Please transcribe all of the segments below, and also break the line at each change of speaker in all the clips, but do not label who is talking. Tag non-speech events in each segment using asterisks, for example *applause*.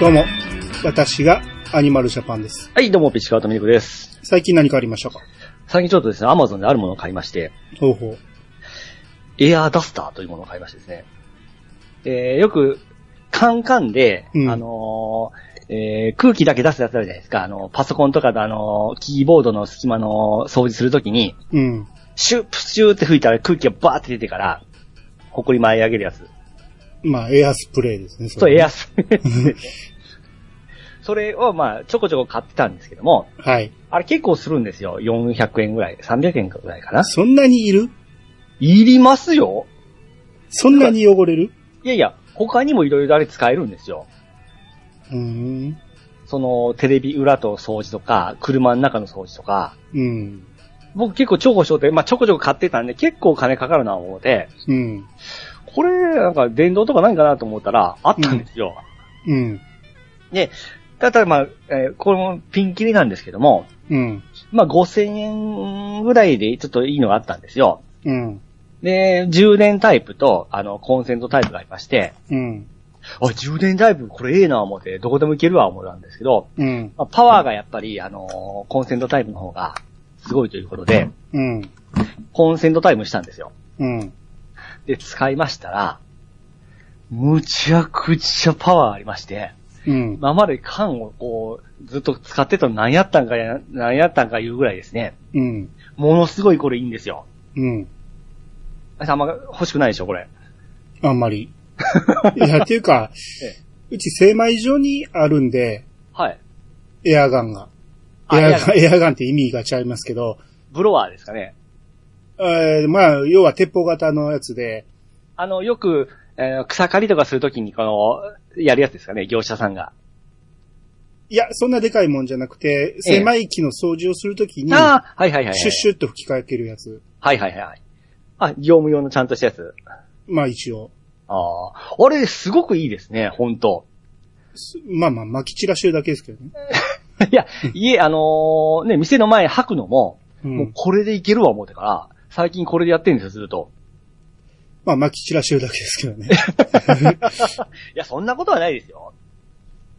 どうも、私がアニマルジャパンです。
はい、どうも、ピチカートミルクです。
最近何かありましたか
最近ちょっとですね、アマゾンであるものを買いまして、
ほうほう。
エアーダスターというものを買いましてですね。で、よく、カンカンで、
うん
あのーえー空気だけ出すやつあるじゃないですか。あの、パソコンとかのあのーキーボードの隙間の掃除するときに、
うん。
シュッ、プシューって吹いたら空気がバーって出てから、ほこり舞い上げるやつ。
まあ、エアスプレーですね。
そう、エア
ス。
ス。 *laughs* それを、まあ、ちょこちょこ買ってたんですけども、
はい。
あれ結構するんですよ。400円ぐらい。300円ぐらいかな。
そんなにいる
いりますよ
そんなに汚れる
いやいや、他にもいろいろあれ使えるんですよ。
うーん。
その、テレビ裏と掃除とか、車の中の掃除とか。
うん。
僕結構重宝しようって、まあ、ちょこちょこ買ってたんで、結構金かかるな思って、
うん。
これ、なんか電動とかないかなと思ったら、あったんですよ。
うん。
ただ、まあ、えーこれもピンキリなんですけども、
うん。
まあ、5000円ぐらいでちょっといいのがあったんですよ。
うん。
で、充電タイプと、あの、コンセントタイプがありまして、
うん。
あ、充電タイプこれええな思って、どこでもいけるわ思ったんですけど、
うん。
まあパワーがやっぱり、あのーコンセントタイプの方がすごいということで、
うん。
コンセントタイプしたんですよ。
うん。
で、使いましたら、むちゃくちゃパワーありまして、
うん。
今まで缶をこう、ずっと使ってたの何やったんかや、何やったんかいうぐらいですね、
うん。
ものすごいこれいいんですよ。
うん。
あんま欲しくないでしょ、これ。
あんまり。いや、っていうか
*laughs* え、
うち精米所にあるんで、
はい。
エアガンが。
あ
エア
エアガ
ガン、エアガンって意味が違いますけど、
ブロワーですかね。
えーまあ、要は鉄砲型のやつで、
あの、よく、えー草刈りとかするときに、この、やるやつですかね、業者さんが。
いや、そんなでかいもんじゃなくて、狭い木の掃除をするときに、
ああ、はいはいはいはい。
シュッシュッと吹きかけるやつ。
はいはいはい。あ、業務用のちゃんとしたやつ。
まあ一応。
ああ。あれ、すごくいいですね、本当
すまあまあ、巻き散らしてるだけですけどね。
*laughs* いや、家、あのーね、店の前吐くのも、
う。
もうんこれでいけるわ思ってから、最近これでやってるんですよ、ずっと。
まあ巻き散らしてるだけですけどね。 *laughs*
いや、そんなことはないですよ。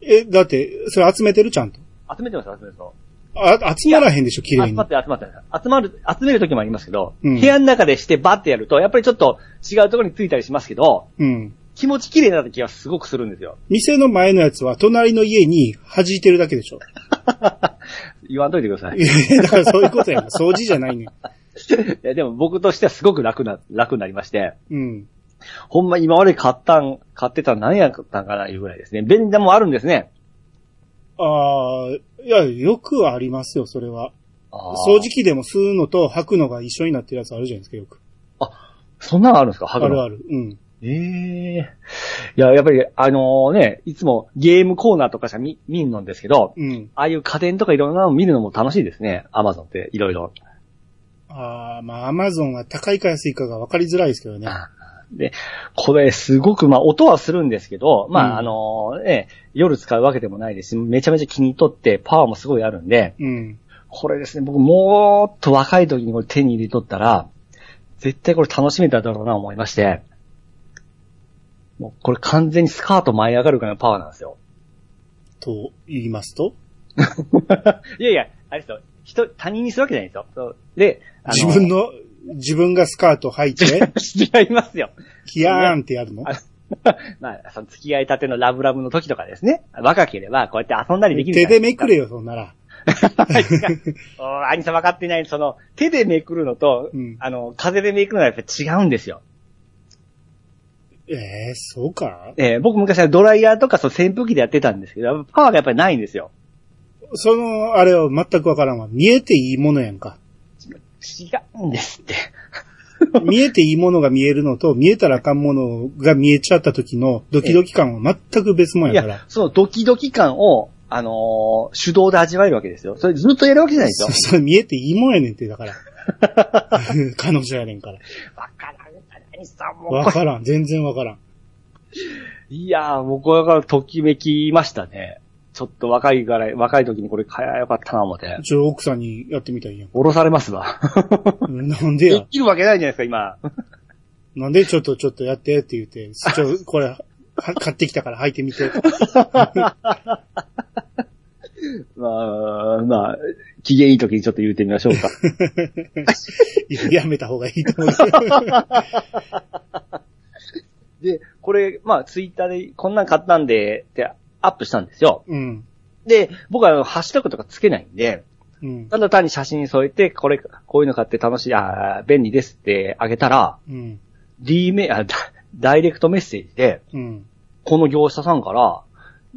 え、だって、それ集めてるちゃんと。
集めてます、集めてます。
あ、集まらへんでしょ、綺麗
集
に
まっ。て、集まって。集まる、集める時もありますけど、
うん
部屋の中でしてバッてやると、やっぱりちょっと違うところについたりしますけど、
うん。
気持ち綺麗になった気がすごくするんですよ。
店の前のやつは、隣の家に弾いてるだけでしょ。
言わんといてく
*laughs*
ださい。い
いやだからそういうことやん。掃除じゃないねん。
や、でも僕としてはすごく楽な、楽になりまして。
うん。
ほんま今まで買ったん、買ってたん何やったんかないうぐらいですね。便利なもんあるんですね。
ああ、いや、よくはありますよ、それは。掃
掃
除機でも吸うのと吐くのが一緒になってるやつあるじゃないですか、よく。
そんなのあるんですか
あ
ハグ
る
の。
ある。うん。
ええいや、やっぱり、あのね、いつもゲームコーナーとかしか見、見んのんですけど、
うん。
ああいう家電とかいろんなの見るのも楽しいですね。アマゾンっていろいろ。
ああ、まあ、アマゾンは高いか安いかが分かりづらいですけどね。
で、これすごく、まあ音はするんですけど、ま
う
あ、
ん
あのね、夜使うわけでもないですし、めちゃめちゃ気に取ってパワーもすごいあるんで、
うん。
これですね、僕もっと若い時にこれ手に入れとったら、絶対これ楽しめただろうな思いまして、もうこれ完全にスカート舞い上がるからのパワーなんですよ。
と言いますと、
いやいや、あれですよ、人、他人にするわけじゃないですよ。そうで、あ
自分の、自分がスカート履いて、
*laughs* 違 *laughs* いますよ。
キヤーンってやるの
あまあ、その付き合いたてのラブラブの時とかですね。若ければ、こうやって遊んだりできるじ
手
ゃな
です
いか
めくれよ、そんなら。
おー兄さん分かってない。その、手でめくるのと、
うん
あの、風でめくるのはやっぱ違うんですよ。
ええそうか
えー僕昔はドライヤーとかそう扇風機でやってたんですけど、パワーがやっぱりないんですよ。
その、あれを全くわからんわ。見えていいものやん
*laughs*
か。
違うんですって。
見えていいものが見えるのと、見えたらあかんものが見えちゃった時のドキドキ感は全く別もん
い
やか
や
ら、。
そのドキドキ感を、あのー手動で味わえるわけですよ。それずっとやるわけじゃないです
そ
よ
う。そう、 *laughs* 見えていいもんやねんって、だから。 *laughs* 彼女やねんから。
わからん、兄さんも
わからん。全然わからん。
いやー、僕はだからときめきましたね。ちょっと若いから、若い時にこれ買えばよかったな、思って。
ちょ、奥さんにやってみたいやん。
おろされますわ。
うんなんでや
で。きるわけないじゃないですか、今。
なんでちょっとちょっとやってって言って、ちょ、これ、か買ってきたから履いてみ
*laughs*
て。
まあ、まあ、機嫌いい時にちょっと言うてみましょ
*laughs*
うか。
やめた方がいいと思うけど。
で、これ、まあ、ツイッターでこんなん買ったんで、ってアップしたんですよ。
うん。
で、僕はあのハッシュタグとかつけないんで、
うん。
ただ単に写真添えて、これ、こういうの買って楽しい、あー便利ですってあげたら、
うん。
D メ、あ、ダダイレクトメッセージで、
うん。
この業者さんから、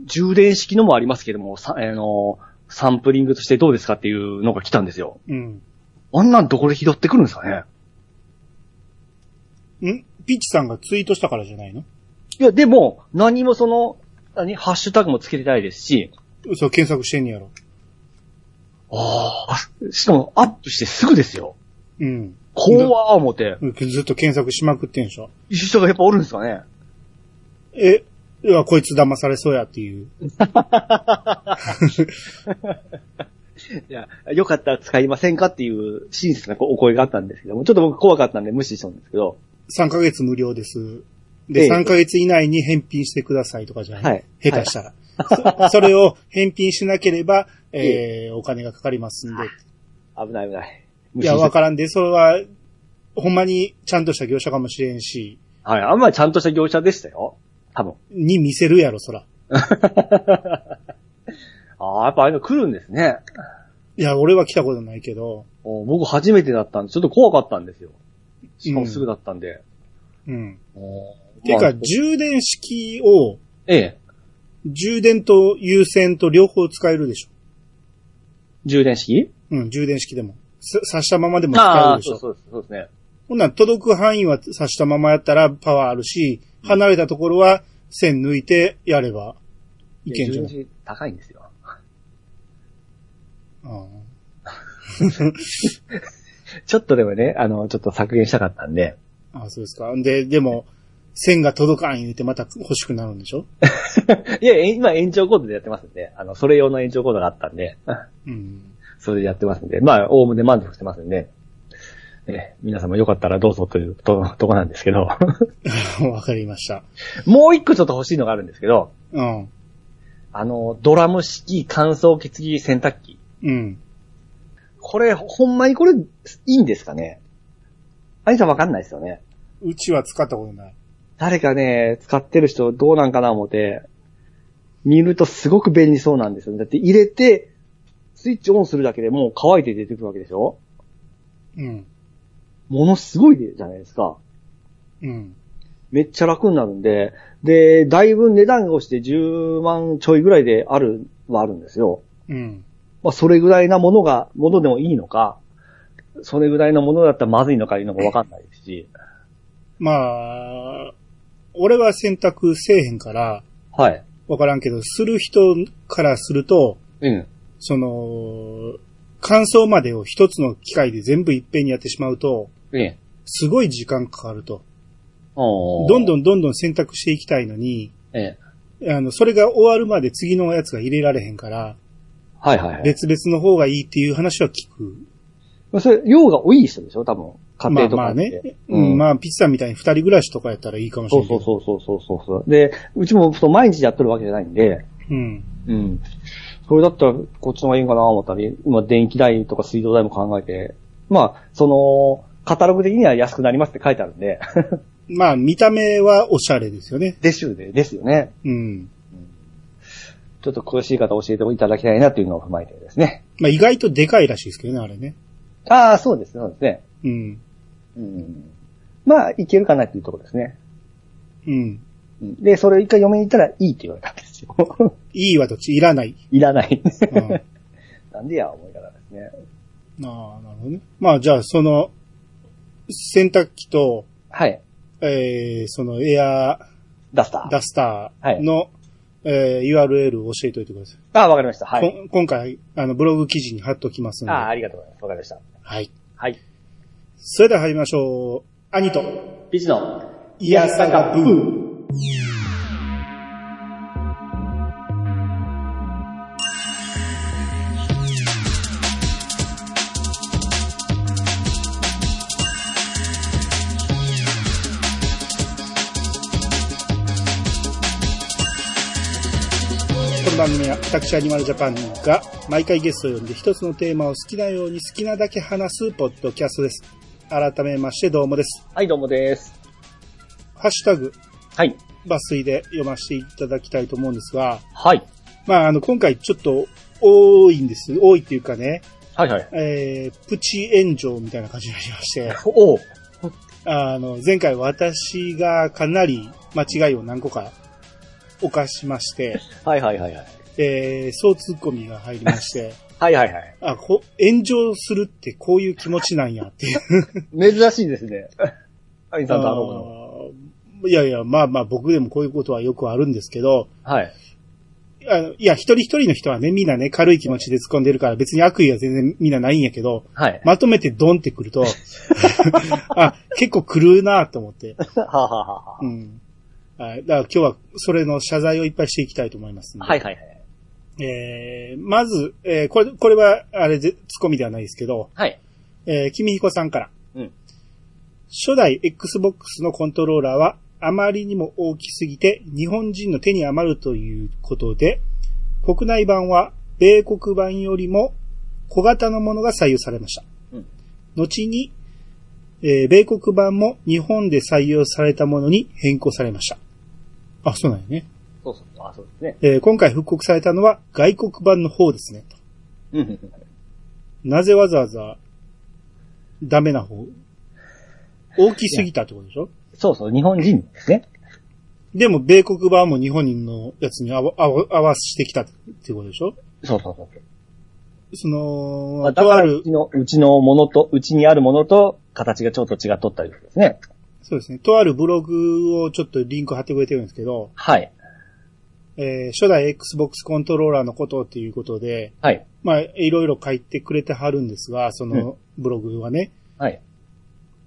充電式のもありますけども、さあの、サンプリングとしてどうですかっていうのが来たんですよ。
うん。
あんなんどこで拾ってくるんですかね
んピッチさんがツイートしたからじゃないの
いや、でも、何もその、何、ハッシュタグもつけてないですし、
そう、検索してんねやろ。
ああ、しかもアップしてすぐですよ。
うん。
怖ー思って。
うんずっと検索しまくってんでしょ。
人がやっぱおるんですかね
え、いやこいつ騙されそうやっていう。
いや、よかったら使いませんかっていう親切なお声があったんですけども、ちょっと僕怖かったんで無視したんですけど、
3ヶ月無料です。
え
で、
え
3ヶ月以内に返品してくださいとかじゃない、
はい
下手したら、そ。 *laughs* それを返品しなければ、えーお金がかかりますんで。
危ない危ない。無
い
視
や、
して
わからんで、それは、ほんまにちゃんとした業者かもしれんし、
はい、あんまりちゃんとした業者でしたよ。多分。
に見せるやろ、そら。
ああ、やっぱああいうの来るんですね。
いや、俺は来たことないけど、
お僕初めてだったんで、ちょっと怖かったんですよ。しかもすぐだったんで。
うん。
お
ていう
ま
か、
あ
充電式を、
ええ、
充電と有線と両方使えるでしょ。
充電式
うん、充電式でも。さ刺したままでも使え
あ
る
あ、
でし
そう
ょ。
そうそうですね。
ほんなら届く範囲は刺したままやったらパワーあるし、離れたところは線抜いてやればいけんじゃ
充電
ん。
式高いんですよ。
うん
ちょっとでもね、あの、ちょっと削減したかったんで。 *laughs*
ああ、そうですか。で、でも、線が届かん言うてまた欲しくなるんでしょ
いや、え今延長コードでやってますんで、あの、それ用の延長コードがあったんで、
うん。 *laughs*
それでやってますんで、まあ、おおむね満足してますんで、ね、皆様よかったらどうぞというととこなんですけど、 *laughs*
わかりました。
もう一個ちょっと欲しいのがあるんですけど、
うん。
あの、ドラム式乾燥機付き洗濯機。
うん。
これ、ほんまにこれ、いいんですかねアニさんわかんないですよね。
うちは使ったことない。
誰かね、使ってる人どうなんかな思って、見るとすごく便利そうなんですよね。だって入れて、スイッチオンするだけでもう乾いて出てくるわけでしょ
うん。
ものすごいじゃないですか。
うん。
めっちゃ楽になるんで、で、だいぶ値段が落ちて10万ちょいぐらいである、はあるんですよ。
うん。
まあ、それぐらいなものが、ものでもいいのか、それぐらいのものだったらまずいのかいうのもわかんないですし。
まあ、俺は選択せえへんから、
はい。
わからんけど、する人からすると、
うん。
その、乾燥までを一つの機械で全部いっぺんにやってしまうと、
え
すごい時間かかると。
お
どんど
ん。
んどんどん選択していきたいのに、
ええ。
あの、それが終わるまで次のやつが入れられへんから、
はいはいはい。
別々の方がいいっていう話は聞く。
それ、量が多い人でしょ多分。家
まあ
庭と
ま
か
あ
って。
ね。うん、まあ、ピッツさんみたいに二人暮らしとかやったらいいかもし
そ
れ
う
ない。
そうそうそうそうそうそう。で、うちもそう毎日やってるわけじゃないんで、
うん。
うん。それだったらこっちの方がいいんかな思ったり、今電気代とか水道代も考えて、まあ、その、カタログ的には安くなりますって書いてあるんで、
まあ、見た目はおしゃれですよね。
*laughs* ですよね。ですよね。
うん。
ちょっと詳しい方教えていただきたいなっていうのを踏まえてですね。
まあ、意外とでかいらしいですけどね、あれね。
ああ、そうですね、そうですね。
うん。
うん。まあ、いけるかなっていうところですね。
うん。
うんで、それを一回嫁に行ったらいいって言われたんですよ。 *laughs*
いいはどっちいらない。
いらない。
うん。あ
なんでや、思いながらですね。
あ、なるほどね。まあ、じゃあ、その、洗濯機と、
はい。
えー、そのエア
ダスター。
ダスターの、えー、URL を教えておいてください。
ああ、わかりました。はい。
こん今回、あの、ブログ記事に貼っときますの
あ
で。
あ、ありがとうございます。わかりました。
はい。
はい。
それでは入りましょう。兄と、
ビジの。
いやさがブー。番組は私アニマルジャパンが毎回ゲストを呼んで一つのテーマを好きなように好きなだけ話すポッドキャストです。改めましてどうもです。
はい、どうもです。
ハッシュタグ、
はい。
抜粋で読ませていただきたいと思うんですが、
はい。
まあ、あの、今回ちょっと多いんです。多いっていうかね、
はいはい。
えー、プチ炎上みたいな感じになりまして、 *laughs*
おお
あの、前回私がかなり間違いを何個か犯しまして、 *laughs*
はいはいはいはい。
えー、そうツッコミが入りまして、 *laughs*
はいはいはい。
あ、こ、炎上するってこういう気持ちなんやっていう。
珍しいですね。アニさん *laughs* とあの子
あ
の。
ーいやいや、まあまあ僕でもこういうことはよくあるんですけど、
はい。
あのいや、一人一人の人はね、みんなね、軽い気持ちで突っ込んでるから別に悪意は全然みんなないんやけど、
はい。
まとめてドンってく
*laughs*
ると、 *laughs* あ、結構来るなと思って。
はあはあはあは
うん。はい。だから今日はそれの謝罪をいっぱいしていきたいと思いますん
あ
で。
はいはいはい。
えー、まず、えーこれ、これは、あれで、ツッコミではないですけど、
はい。
えー、君彦さんから。
うん
初代 Xbox のコントローラーは、あまりにも大きすぎて、日本人の手に余るということで、国内版は、米国版よりも、小型のものが採用されました。
うん
後に、えー米国版も日本で採用されたものに変更されました。あ、そうなんよね。
そうそう。あ、そうですね。
えー今回復刻されたのは外国版の方ですね。と
うんうんうん。
なぜわざわざ、ダメな方大きすぎたってことでしょ
そうそう。日本人ですね。
でも、米国版も日本人のやつに合わ合わ合わせてきたってことでしょ
そうそうそう。
その、
まあ、だ
と
か
あ
ら、
る
うち、の、うちのものと、うちにあるものと、形がちょっと違っとったりですね。
そうですね、とあるブログをちょっとリンク貼ってくれてるんですけど、
はい。
えー初代 Xbox コントローラーのことっていうことで、
はい。
まあ、いろいろ書いてくれてはるんですが、そのブログはね。
はい。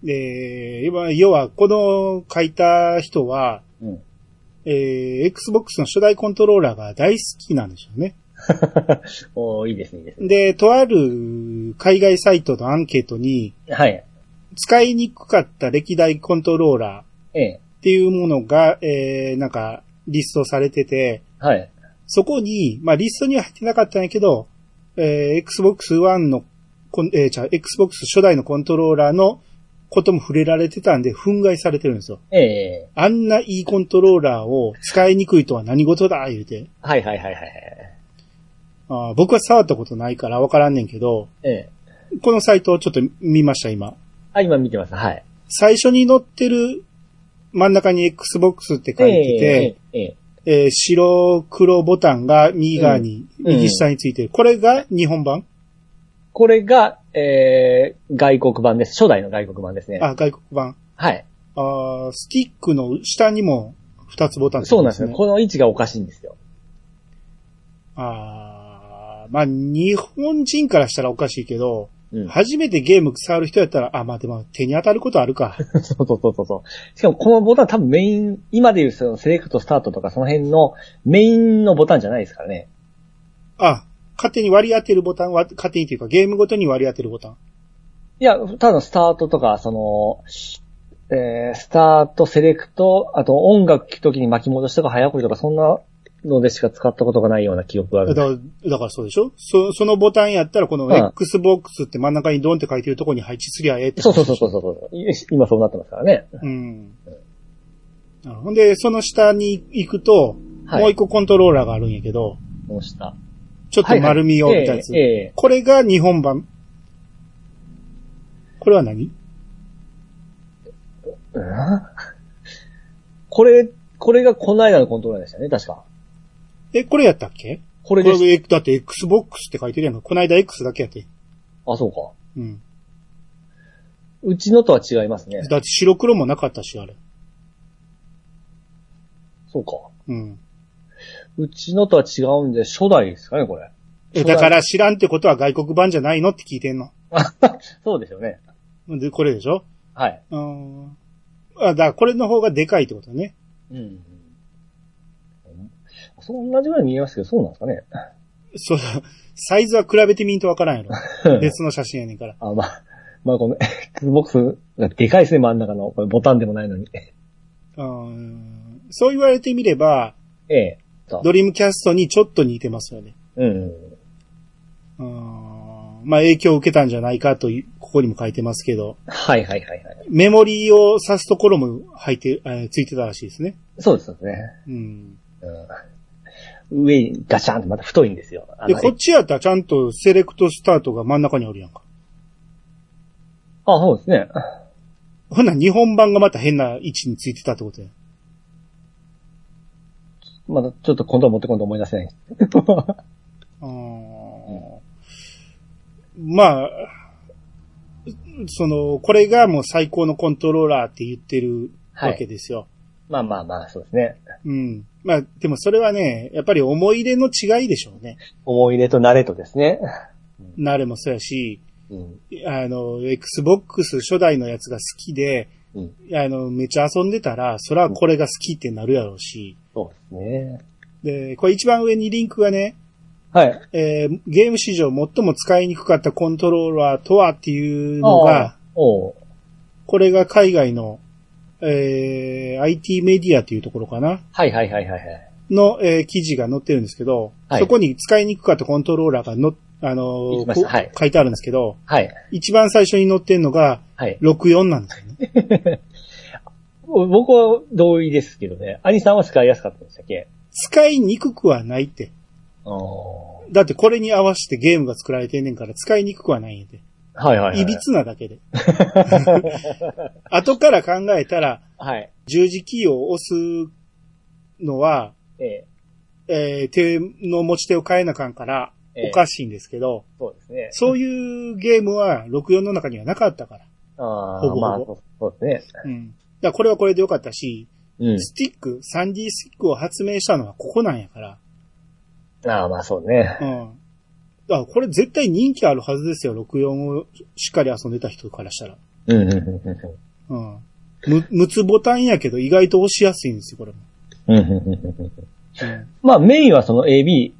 で、今要は、この書いた人は、
うん。
えー Xbox の初代コントローラーが大好きなんでしょうね。
おーいいですね、いいですね。
で、とある海外サイトのアンケートに、
はい。
使いにくかった歴代コントローラー
ええ。
っていうものが、えー、なんか、リストされてて、
はい。
そこに、まあ、リストには入ってなかったんやけど、えー Xbox One のコン、えー、じゃ Xbox 初代のコントローラーのことも触れられてたんで、憤慨されてるんですよ。
ええ。
あんないいコントローラーを使いにくいとは何事だ言うて。
はいはいはいはいはい。
あー僕は触ったことないからわからんねんけど、
ええ。
このサイトをちょっと見ました、今。
あ、今見てます。はい。
最初に載ってる真ん中に Xbox って書いてて、
ええ、ええ。
えー白黒ボタンが右側に、
ん
右下についてる。これが日本版
これが、えー、外国版です。初代の外国版ですね。
あ、外国版。
はい。
あースティックの下にも2つボタンついて
そう
ま
なんですよ。この位置がおかしいんですよ。
あーまあ、日本人からしたらおかしいけど、
うん。
初めてゲーム触る人やったら、あ、まあでも手に当たることあるか。
そうそうそうそうそう。しかもこのボタン多分メイン、今でいうそのセレクトスタートとかその辺のメインのボタンじゃないですからね。
あ、勝手に割り当てるボタンは、勝手にというかゲームごとに割り当てるボタン。
いや、ただスタートとか、その、えー、スタート、セレクト、あと音楽聴くときに巻き戻しとか早送りとかそんなのでしか使ったことがないような記憶がある
だ
んで。
から、だからそうでしょそそのボタンやったら、この
うん
Xbox って真ん中にドンって書いてるとこに配置すりゃええって。
そうそうそうそうそう。い今そうなってますからね。
うん。なるほどで、その下に行くと、
はい。
もう一個コントローラーがあるんやけど、
この下。
ちょっと丸みを
は
置
いはい
たやつ。
ええええ
これが日本版。これは何
うんこれ、これがこの間のコントローラーでしたよね、確か。
え、これやったっけ
こ
こ
れ
れ
でし
えだって Xbox って書いてるやんか。こないだ X だけやって。
あ、そうか。
うん。
うちのとは違いますね。
だって白黒もなかったし、あれ。
そうか。
うん。
うちのとは違うんで、初代ですかね、これ。
え、だから知らんってことは外国版じゃないのって聞いてんの。
そうですよね。
で、これでしょ
はい。
うーん。あ、だからこれの方がでかいってことね。
うん。そんなじぐらいに見えますけど、そうなんですかね。
そう、サイズは比べてみんとわからんや
*laughs*
ろ。別の写真やねんから。
あ、まあ、まあ *laughs* この Xbox がでかいですね、真ん中の。これボタンでもないのに。
うーん。そう言われてみれば、
*laughs* ええ。
と。
ドリームキャストにちょっと似てますよね。
うん。
うーんまあ影響を受けたんじゃないかという、ここにも書いてますけど、
はいはいはいはい。
メモリーを指すところも入って、えーついてたらしいですね。
そうですそうですね。
うん。
うん。上にガシャンってまた太いんですよ。あ
で、
の
こっちやったらちゃんとセレクトスタートが真ん中におるやんか。
あ、そうですね。
ほんなら日本版がまた変な位置についてたってことや。
まだちょっと今度は持って今度思い出せない。
あーまあ、その、これがもう最高のコントローラーって言ってるわけですよ。
まあまあまあ、そうですね。
うん。まあ、でもそれはね、やっぱり思い入れの違いでしょうね。
思い出と慣れとですね。
慣れもそうやし、
うん。
あの、Xbox 初代のやつが好きで、
うん
あの、めっちゃ遊んでたら、そらこれが好きってなるやろうし、
そうですね。
で、これ一番上にリンクがね、
はい。
えーゲーム史上最も使いにくかったコントローラーとはっていうのが、
おう
これが海外の、えー IT メディアというところかな
はいはいはいはいはい。
の、えー記事が載ってるんですけど、
はい
そこに使いにくかったコントローラーがの、あのー
いました
こ
はい
書いてあるんですけど、
はい。
一番最初に載ってるのが
はい。
64なんですよね。
僕は同意ですけどね。兄さんは使いやすかったんでしたっけ
使いにくくはないって。
お
だってこれに合わせてゲームが作られてんねんから使いにくくはないんやで。
はいはいはい。
いびつなだけで。 *laughs* 後から考えたら、
はい。
十字キーを押すのは、
ええ
えー手の持ち手を変えなあかんから、
ええ
おかしいんですけど、
そうですね。
そういうゲームは64の中にはなかったから。
あ
ほぼ
あ、
ほぼ
まあ、そうそうですね。
うん。だからこれはこれでよかったし、
う
スティック、サンディスティックを発明したのはここなんやから。
ん。ああ、まあそうね。
うん。だからこれ絶対人気あるはずですよ、64をしっかり遊んでた人からしたら。
うん、うん、うんう
うん。む、6つボタンやけど意外と押しやすいんですよ、これも。
ん、うんうんうんうん。
うん、
まあメインはその AB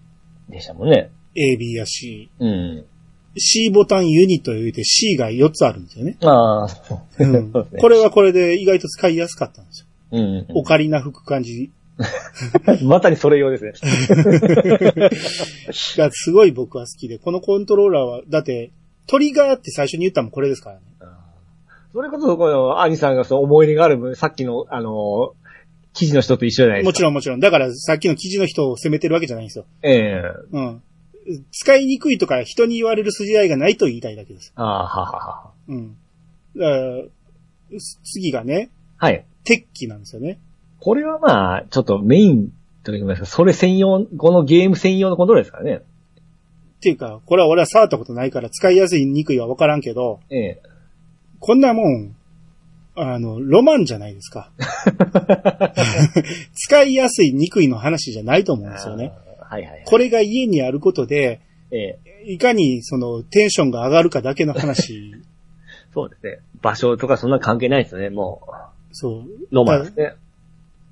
でしたもんね。
AB やし、
うん。
C ボタンユニットを入れて C が4つあるんですよね。
まあ、そう
う
そ
ん
うですね。
これはこれで意外と使いやすかったんですよ。
うん
オカリナ吹く感じ
うん。まさにそれ用ですね。 *laughs*
がすごい僕は好きで、このコントローラーは、だって、トリガーって最初に言ったのもこれですからね。
それこそ、この、兄さんがその思い入れがある分、さっきの、あの、記事の人と一緒じゃないで
も
す
ち
か。
ろんもちろん。だからさっきの記事の人を責めてるわけじゃないんですよ。
ええ
うん。使いにくいとか人に言われる筋合いがないと言いたいだけです。
ああ、ははは。
うん。だからす次がね、
はい。
鉄器なんですよね。
これはまあ、ちょっとメインと言いますか、それ専用、このゲーム専用のコントローラーですからね。
っていうか、これは俺は触ったことないから使いやすいにくいはわからんけど、
ええ。
こんなもん、あの、ロマンじゃないですか。
*laughs*
使いやすい、にくいの話じゃないと思うんですよね。
あー。はいはいはい。
これが家にあることで、
ええ。
いかにそのテンションが上がるかだけの
*laughs*
話、
そうですね。場所とかそんな関係ないですよね、も
そう、
う。ロマンですね。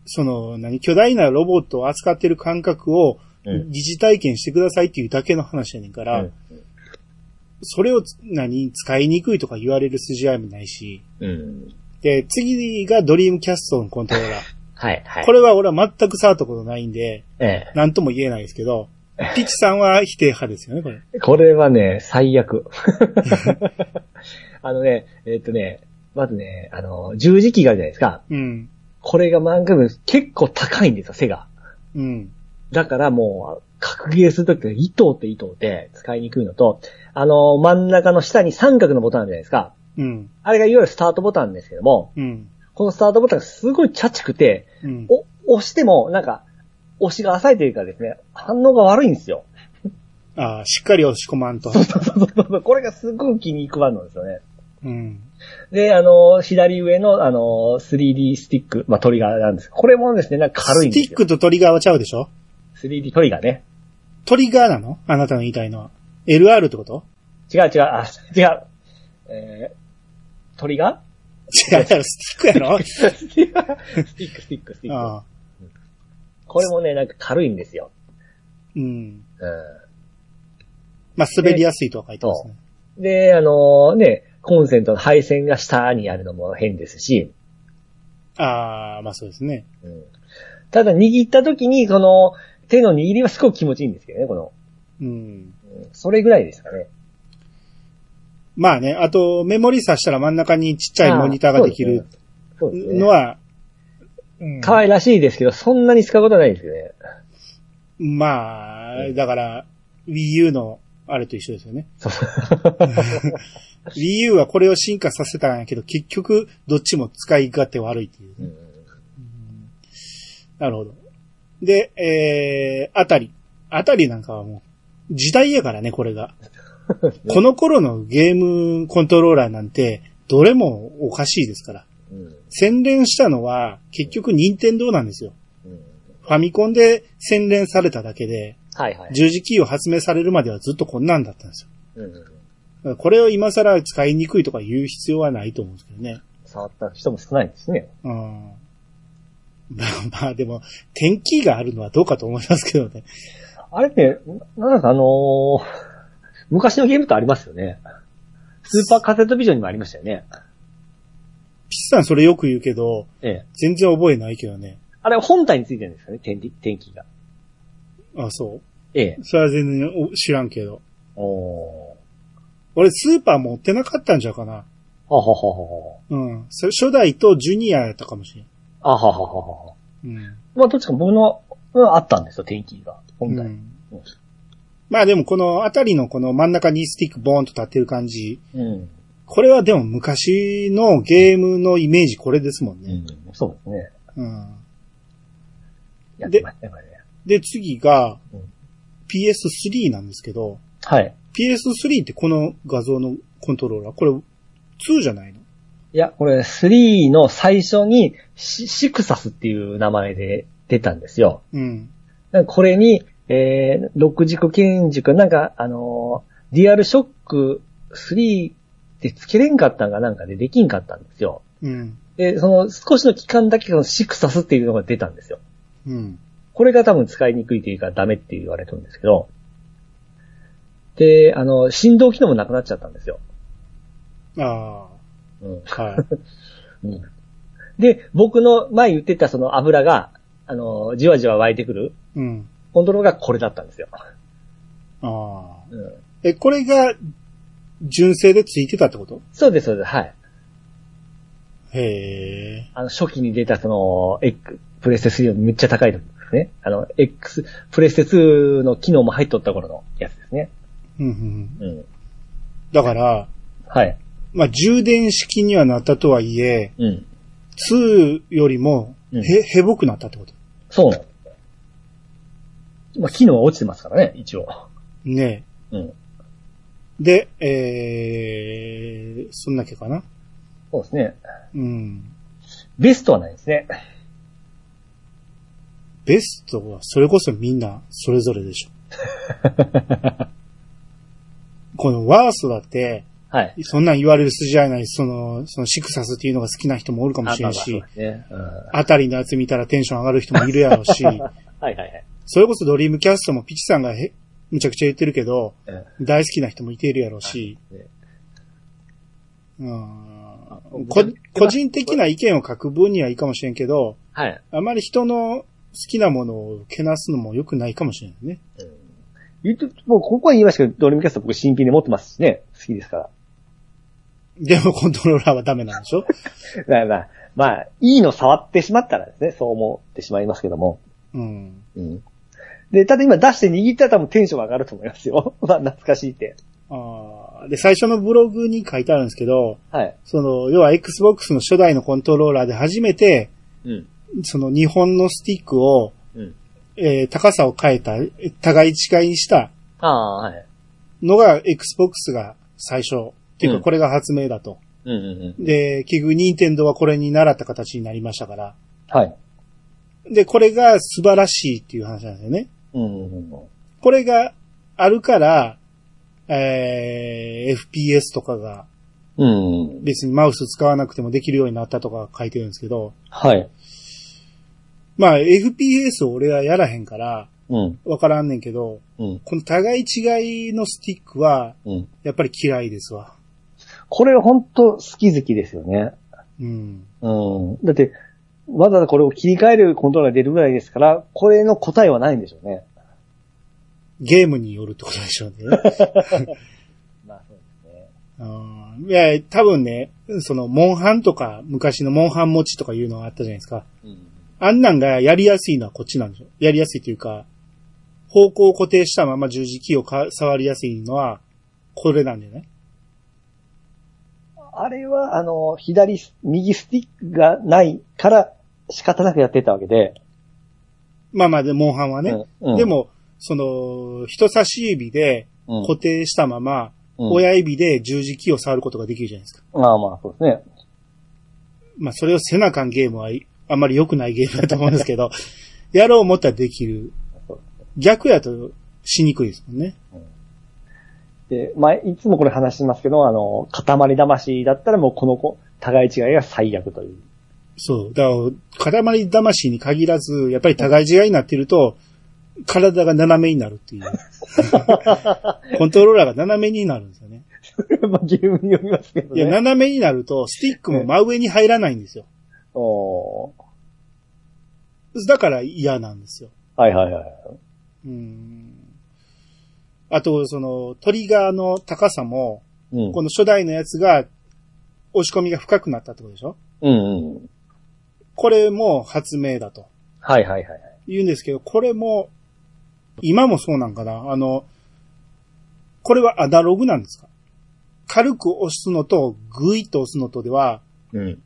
その、何、巨大なロボットを扱ってる感覚を
うん
疑似体験してくださいっていうだけの話やねんから、
うん
それをつ何、使いにくいとか言われる筋合いもないし、
うん。
で、次がドリームキャストのコントローラー。
*laughs* はいはい。
これは俺は全く触ったことないんで、
え
なんとも言えないですけど、ピッチさんは否定派ですよね、これ。
え。これはね、最悪。 *laughs* あのね、えっとね、まずね、あの、十字キーがあるじゃないですか。
うん。
これが漫画部結構高いんですよ、背が。
うん。
だからもう、格ゲーするときは糸って糸で使いにくいのと、あの、真ん中の下に三角のボタンあるじゃないですか。
うん。
あれがいわゆるスタートボタンですけども、
うん。
このスタートボタンがすごいチャチくて、
うん。
お、押しても、なんか、押しが浅いというかですね、反応が悪いんですよ。 *laughs*
ああ、しっかり押し込まんと。
これがすごく気に食わんのですよね。
うん。
で、あの、左上の、あの、3D スティック、まあ、トリガーなんですこれもですね、なんか軽いんです
スティック
よ。
とトリガーはちゃうでしょ
3D トリガーね。
トリガーなのあなたの言いたいのは。LR って
*laughs*
こと
違う違う、あ、違う。えー、トリガ
違うやろ、スティック
*laughs*
やろ *laughs*
ースティック、スティック、スティック、
ああ。
これもね、なんか軽いんですよ。
うん。
う
まあ、滑りやすいとは書いてますね。
ん。で、あのね、コンセントの配線が下にあるのも変ですし、
ああ、まあそうですね。
ただ握った時に、その、手の握りはすごく気持ちいいんですけどね、この。
うん。
うんそれぐらいですかね。
まあね、あと、メモリーさしたら真ん中にちっちゃいモニターができる
ああ。そうですね。
のは、うん
可愛らしいですけど、そんなに使うことはないですよね。
まあ、だから、Wii U の、あれと一緒ですよね。Wii U はこれを進化させたんやけど、結局、どっちも使い勝手悪いっていう。
うん
なるほど。で、えー、あたり。あたりなんかはもう、時代やからね、これが。この頃のゲームコントローラーなんて、どれもおかしいですから。
うん
洗練したのは、結局、任天堂なんですよ。
うん
ファミコンで洗練されただけで、
はいはい。
十字キーを発明されるまではずっとこんなんだったんですよ。
うん
これを今更使いにくいとか言う必要はないと思うんですけどね。
触った人も少ないですね。
うん。 *laughs* まあまあでも、テンキーがあるのはどうかと思いますけどね。
あれって、ななんかあのー昔のゲームとありますよね。スーパーカセットビジョンにもありましたよね。
ピッさんそれよく言うけど、
ええ。
全然覚えないけどね。
あれ本体についてるんですかね、天気天気が。
あ、そ
ええ
う。。それは全然お知らんけど。
おー。
俺スーパー持ってなかったんじゃうかな。
あはははは。
うん。そ初代とジュニアやったかもしれん。
あはははは。
うん。
まあどっちか僕の、うんあったんですよ、天気が。本
う
体。
んまあでもこのあたりのこの真ん中にスティックボーンと立ってる感じ。
うん。うん。
これはでも昔のゲームのイメージこれですもんね。
そうですね。
うん。
やってましたね。これね
で、次が
うん
PS3 なんですけど、
はい。
PS3 ってこの画像のコントローラー、これ2じゃないの
いや、これ3の最初にシシクサスっていう名前で出たんですよ。
うん。
なんかこれに、えー、六軸剣軸、なんか、あのー、リアルショック3ってつけれんかったんがなんかでできんかったんですよ。
うん。
で、その少しの期間だけそのシクサスっていうのが出たんですよ。
うん。
これが多分使いにくいというかダメって言われてるんですけど。で、あの、振動機能もなくなっちゃったんですよ。
あ
うん。
あ、はい。
うんで、僕の前言ってたその油が、あの、じわじわ湧いてくる
うん。
コントロールがこれだったんですよ。
ああ。
うん、
え、これが純正でついてたってこと
そうです、そうです。はい。
へえ。
あの、初期に出たその、X、プレステ3のめっちゃ高い時ですね。あの、X、プレステ2の機能も入っとった頃のやつですね。
うんうんうん。
うん。
だから、
はい。
まあ、充電式にはなったとはいえ、
うん。
2よりも、へ、
うん
へぼくなったってこと
そうなんですまあ、機能は落ちてますからね、一応。
ね
うん。
え。で、えー、そんだけかな
そうですね。
うん。
ベストはないですね。
ベストは、それこそみんな、それぞれで
*laughs*
しょ。このワーストだって、
はい。
そんなん言われる筋合いない、その、そのシクサスっていうのが好きな人もおるかもしれん
まあ
し
まあまあ、そうですね。うん。は
あたりのやつ見たらテンション上がる人もいるやろうし、
いはいはい。
それこそドリームキャストもピチさんがへ、むちゃくちゃ言ってるけど、
うん
大好きな人もいているやろうし、
ね
うんこ個人的な意見を書く分にはいいかもしれんけど、
はい。
あまり人の好きなものをけなすのも良くないかもしれないね。
言うと、もうここは言いましたけど、ドリームキャスト僕新品で持ってますしね。好きですから。
でもコントローラーはダメなんでしょ
まあまあ、まあ、いいの触ってしまったらですね、そう思ってしまいますけども。
うん。
うん。で、ただ今出して握ったら多分テンション上がると思いますよ。 *laughs* まあ、懐かしいって。
あーで、最初のブログに書いてあるんですけど、
はい。
その、要は Xbox の初代のコントローラーで初めて、
うん。
その日本のスティックを、
うん。
えー高さを変えた、互い違いにした
ああ、はい。
のが Xbox が最初。っていう
う
か
ん
これが発明だと。
うんうんうん。
で、結局任天堂はこれに習った形になりましたから。
はい。
で、これが素晴らしいっていう話なんですよね。
うんうんうん。
これがあるから、えー、FPS とかが
うんうん。
別にマウス使わなくてもできるようになったとか書いてるんですけど、
はい。
まあ FPS を俺はやらへんから
うん。
わからんねんけど、
うん。
この互い違いのスティックは
うん。
やっぱり嫌いですわ。
これ本当好き好きですよね。
うん。
うん。だって、わざわざこれを切り替えるコントローラーが出るぐらいですから、これの答えはないんでしょうね。
ゲームによるってことでしょうね。
*laughs*
まあそうですね。
うんいや、多分ね、その、モンハンとか、昔のモンハン持ちとかいうのがあったじゃないですか。
うん。
あんなんがやりやすいのはこっちなんでしょ。やりやすいというか、方向を固定したまま十字キーをか触りやすいのは、これなんだよね。
あれは、あの、左ス、右スティックがないから仕方なくやってたわけで。
まあまあで、モンハンはね。
うん、うん
で、も、その、人差し指で
うん
固定したまま、
うん
親指で十字キーを触ることができるじゃないですか。
まあまあ、そうですね。
まあそれをせなあかんゲームはいあんまり良くないゲームだと思うんですけど、 *laughs* やろう思ったらできる
そう。
逆やとしにくいですもんね。
で、まあ、いつもこれ話してますけど、あの、塊魂だったらもうこの子、互い違いが最悪という。 *laughs*
そう。だから、塊魂に限らず、やっぱり互い違いになってると、体が斜めになるっていう。コントローラーが斜めになるんですよね。
まあ、ゲームによりますけど
い
ね。
や、斜めになると、スティックも真上に入らないんですよ。
おー
だから嫌なんですよ。
はいはいはい。
うん。あと、その、トリガーの高さも、
うん。
この初代のやつが、押し込みが深くなったってことでしょ
うんうん。
これも発明だと。
はいはいはいはい。
言うんですけど、これも、今もそうなんかなあの、これはアナログなんですか軽く押すのと、グイッと押すのとでは、
うん。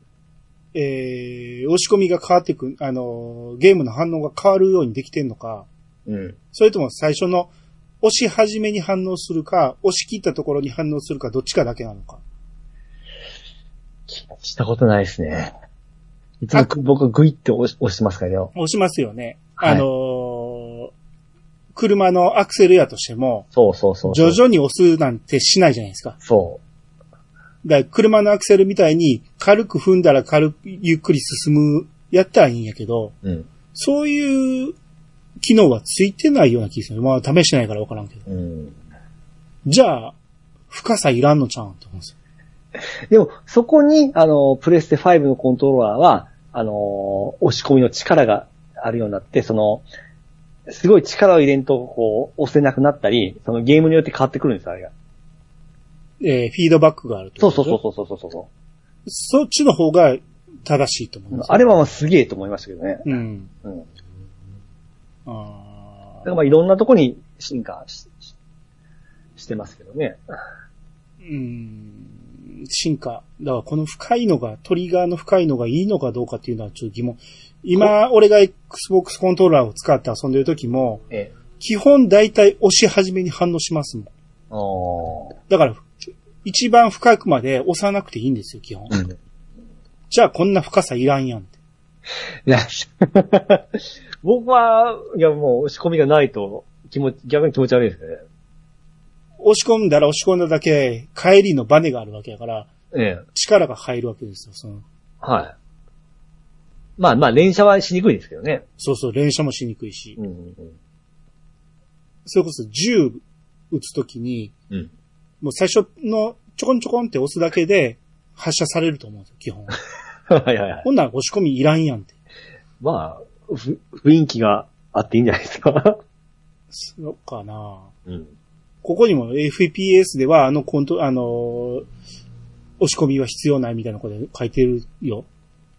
えー、押し込みが変わってく、あの、ゲームの反応が変わるようにできてんのか、
うん。
それとも最初の押し始めに反応するか、押し切ったところに反応するか、どっちかだけなのか。
したことないですね。いつもく僕グイって押し押してますからよ。
押しますよね。
はい
あのー車のアクセルやとしても、
そうそうそうそう。
徐々に押すなんてしないじゃないですか。
そ
だから車のアクセルみたいに軽く踏んだら軽くゆっくり進むやったらいいんやけど、
う。うん。
そういう機能はついてないような気がする。まあ試してないからわからんけど。
うん。
じゃあ、深さいらんのちゃうんと思うんですよ。
でも、そこに、あの、プレステ5のコントローラーは、あの、押し込みの力があるようになって、その、すごい力を入れんと、こう、押せなくなったり、そのゲームによって変わってくるんですよ、あれが。
えーフィードバックがあるって
そ
こ
う
と
そう
でし
そ
ょ
うそうそうそうそ
そっちの方が正しいと思うん
う
です。よ
あれはまあすげえと思いましたけどね。
うん。
うん。だ
あ
から
ー
まあいろんなとこに進化しししてますけどね。
うん。進化。だからこの深いのが、トリガーの深いのがいいのかどうかっていうのはちょっと疑問。今、俺が Xbox コントローラーを使って遊んでる時も、
ええ。
基本大体押し始めに反応しますもん。
あー
だから、一番深くまで押さなくていいんですよ、基本。
うん。
じゃあこんな深さいらんやんって。
いや、 *laughs* 僕は、いやもう押し込みがないと気持ち、逆に気持ち悪いですね。
押し込んだら押し込んだだけ、帰りのバネがあるわけやから、
ええ。
力が入るわけですよ。その
はい。まあまあ連射はしにくいですけどね。
そうそう、連射もしにくいし。
んうん
それこそ銃撃つときに、
うん。うん。
もう最初のちょこんちょこんって押すだけで発射されると思うんですよ、基本。 *laughs*
はいはいはい。
こんなん押し込みいらんやんって。
まあ、ふ雰囲気があっていいんじゃないですか。
そうかな
うん。
ここにも FPS ではあのコント、あのー押し込みは必要ないみたいなことで書いてるよ。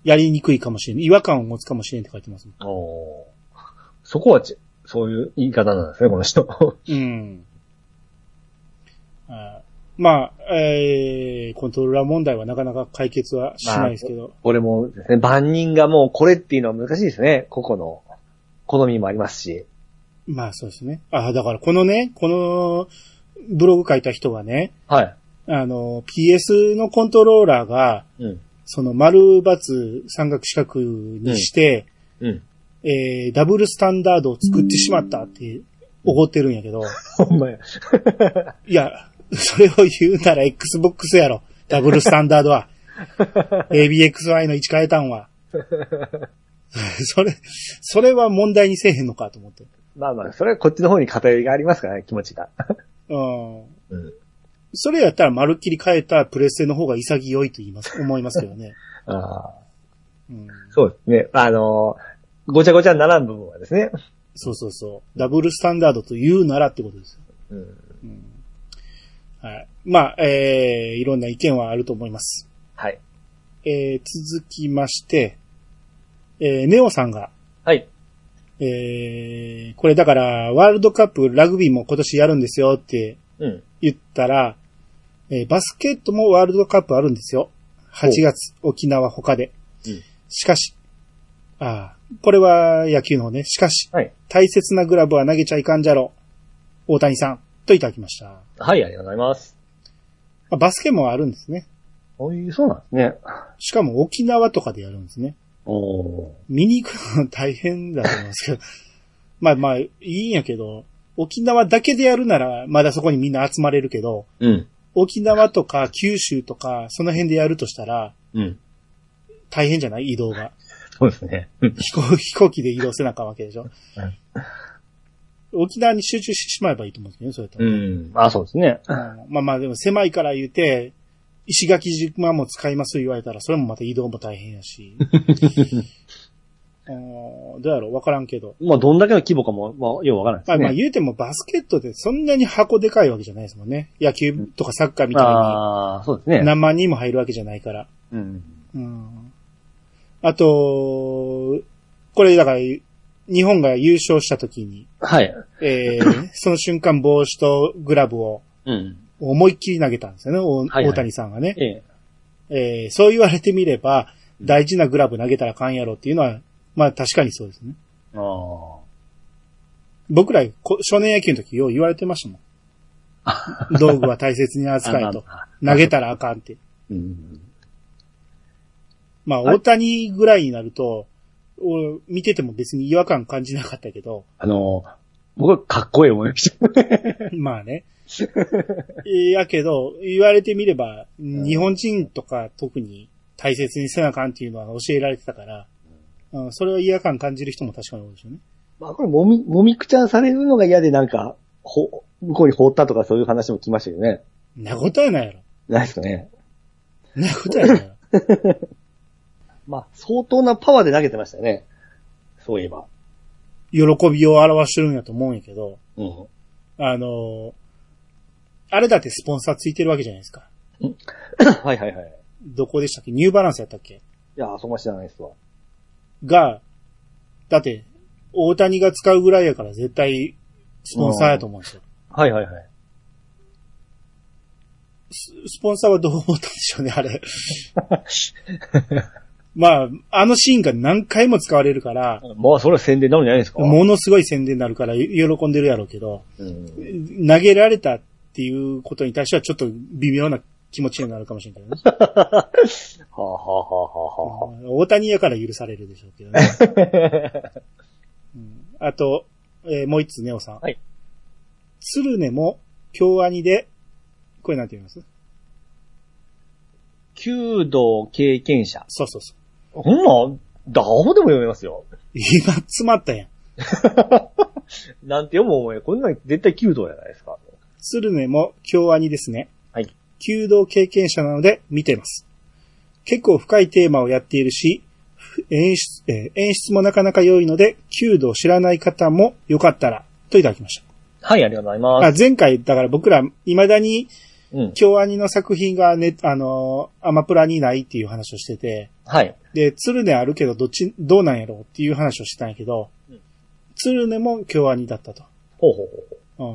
やりにくいかもしれん。違和感を持つかもしれんって書いてますもん。
おーそこはち、そういう言い方なんですね、 *laughs* この人。
うん。あーまあ、えー、コントローラー問題はなかなか解決はしないですけど。
これもですね、万人がもうこれっていうのは難しいですね、個々の好みもありますし。
まあそうですね。あ、だからこのね、このブログ書いた人はね、
はい。
あの、PS のコントローラーが、
うん。
その丸×三角四角にして、
うん。
えーダブルスタンダードを作ってしまったって怒ってるんやけど、
*laughs* ほんまや。
*laughs* いや、それを言うなら Xbox やろ。ダブルスタンダード
*laughs*
は。ABXY の位置変えたんは。 *laughs* それ、それは問題にせえへんのかと思って。
まあまあ、それはこっちの方に偏りがありますからね、気持ちが。
うん。
うん。
それやったらまるっきり変えたプレステの方が潔いと言います、思いますけどね。
ああ。
うん。
そうですね。あのーごちゃごちゃにならん部分はですね。
そうそうそう。ダブルスタンダードと言うならってことです
うん。
よ。うんはい。まあ、えー、いろんな意見はあると思います。
はい。
えー、続きまして、えー、ネオさんが、
はい。
えー、これだから、ワールドカップラグビーも今年やるんですよって
うん。
言ったら、えーバスケットもワールドカップあるんですよ。8月、沖縄他で。
うん
しかし、ああ、これは野球の方ね。しかし、
はい。
大切なグラブは投げちゃいかんじゃろ。大谷さん、といただきました。ま
はい、ありがとうございます。
あバスケもあるんですね。
そういう、そうなんですね。
しかも沖縄とかでやるんですね。
おー
見に行くの大変だと思いますけど。 *laughs* まあまあ、いいんやけど、沖縄だけでやるなら、まだそこにみんな集まれるけど、
うん。
沖縄とか九州とか、その辺でやるとしたら、
うん。
大変じゃない移動が。
そうですね。うん。
飛行 *laughs* 飛行機で移動せなあかんわけでしょ。沖縄に集中してしまえばいいと思うんですけどね、それと。
うん。あ、そうですね。
うんまあまあでも狭いから言うて、石垣島も使います言われたら、それもまた移動も大変や
*laughs*
し。うんどうやろうわからんけど。
まあ、どんだけの規模かも、まあ、ようわからないで
まあ
す
まあ
ね。
言うてもバスケットでそんなに箱でかいわけじゃないですもんね。野球とかサッカーみたいに
ああー、そうですね。
何万人も入るわけじゃないから。
うん。
うんあと、これだから、日本が優勝した時に、
はい。
え
*laughs*
ーその瞬間帽子とグラブを
うん。
思いっきり投げたんですよね、お
はいはい
大谷さんがね、
ええ。
えーそう言われてみれば、大事なグラブ投げたらあかんやろっていうのは、まあ確かにそうですね。
ああ。
僕らこ少年野球の時よう言われてましたも *laughs* ん。道具は大切に扱えと。投げたらあかんって。
うん。
まあ、
はい
大谷ぐらいになると、お見てても別に違和感感じなかったけ *laughs* ど、
あの、僕はかっこいい思いました。
まあね。えやけど、言われてみれば、日本人とか特に大切にせなあかんっていうのは教えられてたから、うん、それは違和感感じる人も確かに多いでしょうね。
まあ、これ、もみ、もみくちゃんされるのが嫌で、なんか、ほ、向こうに放ったとかそういう話も来ましたけどね。
んなことはないやろ。
ないですかね。
んなことはないやろ。
まあ、相当なパワーで投げてましたよね。そういえば。
喜びを表してるんやと思うんやけど、
うん。
あのーあれだってスポンサーついてるわけじゃないですか。
はいはいはい。
どこでしたっけニューバランスやったっけ
いや、そこは知らないですわ。
が、だって、大谷が使うぐらいやから絶対、スポンサーやと思うんですよ。
はいはいはい。
ススポンサーはどう思ったんでしょうね、あれ。 *laughs* まあ、あのシーンが何回も使われるから、
まあ、それは宣伝なのじゃないですか。
ものすごい宣伝になるから喜んでるやろうけど、
うん。
投げられたっていうことに対してはちょっと微妙な気持ちになるかもしれないけどね。
はあ、はあはあはあはあ。
大谷やから許されるでしょうけどね。うんあと、えーもう一つ、ネオさん。
はい。
鶴根も、京アニで、これなんて言います
弓道経験者。
そうそうそう。
こんなん、どうでも読めますよ。
今、詰まったやん。
なんて読む思い、こんなん絶対弓道じゃないですか。
鶴根も京アニですね。
はい。
弓道経験者なので見てます。結構深いテーマをやっているし、ふ演出、えー演出もなかなか良いので、弓道を知らない方もよかったら、といただきました。
はい、ありがとうござい
あ
ます。
前回、だから僕ら、未だに、
うん。
京アニの作品がね、あのーアマプラにないっていう話をしてて、
はい。
で、鶴根あるけど、どっち、どうなんやろうっていう話をしてたんやけど、
うん
鶴根も京アニだったと。
ほうほうほう。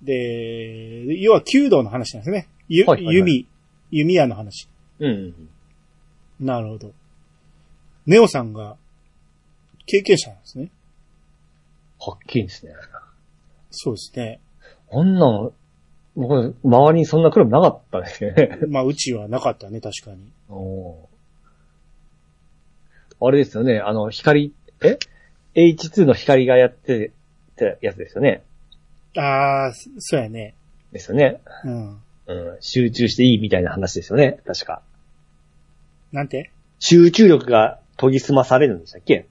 うんで、要は弓道の話なんですね。ゆ
はいはいはい
弓、弓矢の話。
うん。
なるほど。ネオさんが経験者なんですね。
はっきりですね。
そうですね。
こんなん、僕、周りにそんなクラブなかったですよね。
まあ、うちはなかったね、確かに。
おーあれですよね、あの、光、え ?H2 の光がやってたやつですよね。
ああ、そそうやね。
ですよね。
うん。
うん。集中していいみたいな話ですよね。確か。
なんて
集中力が研ぎ澄まされるんでしたっけ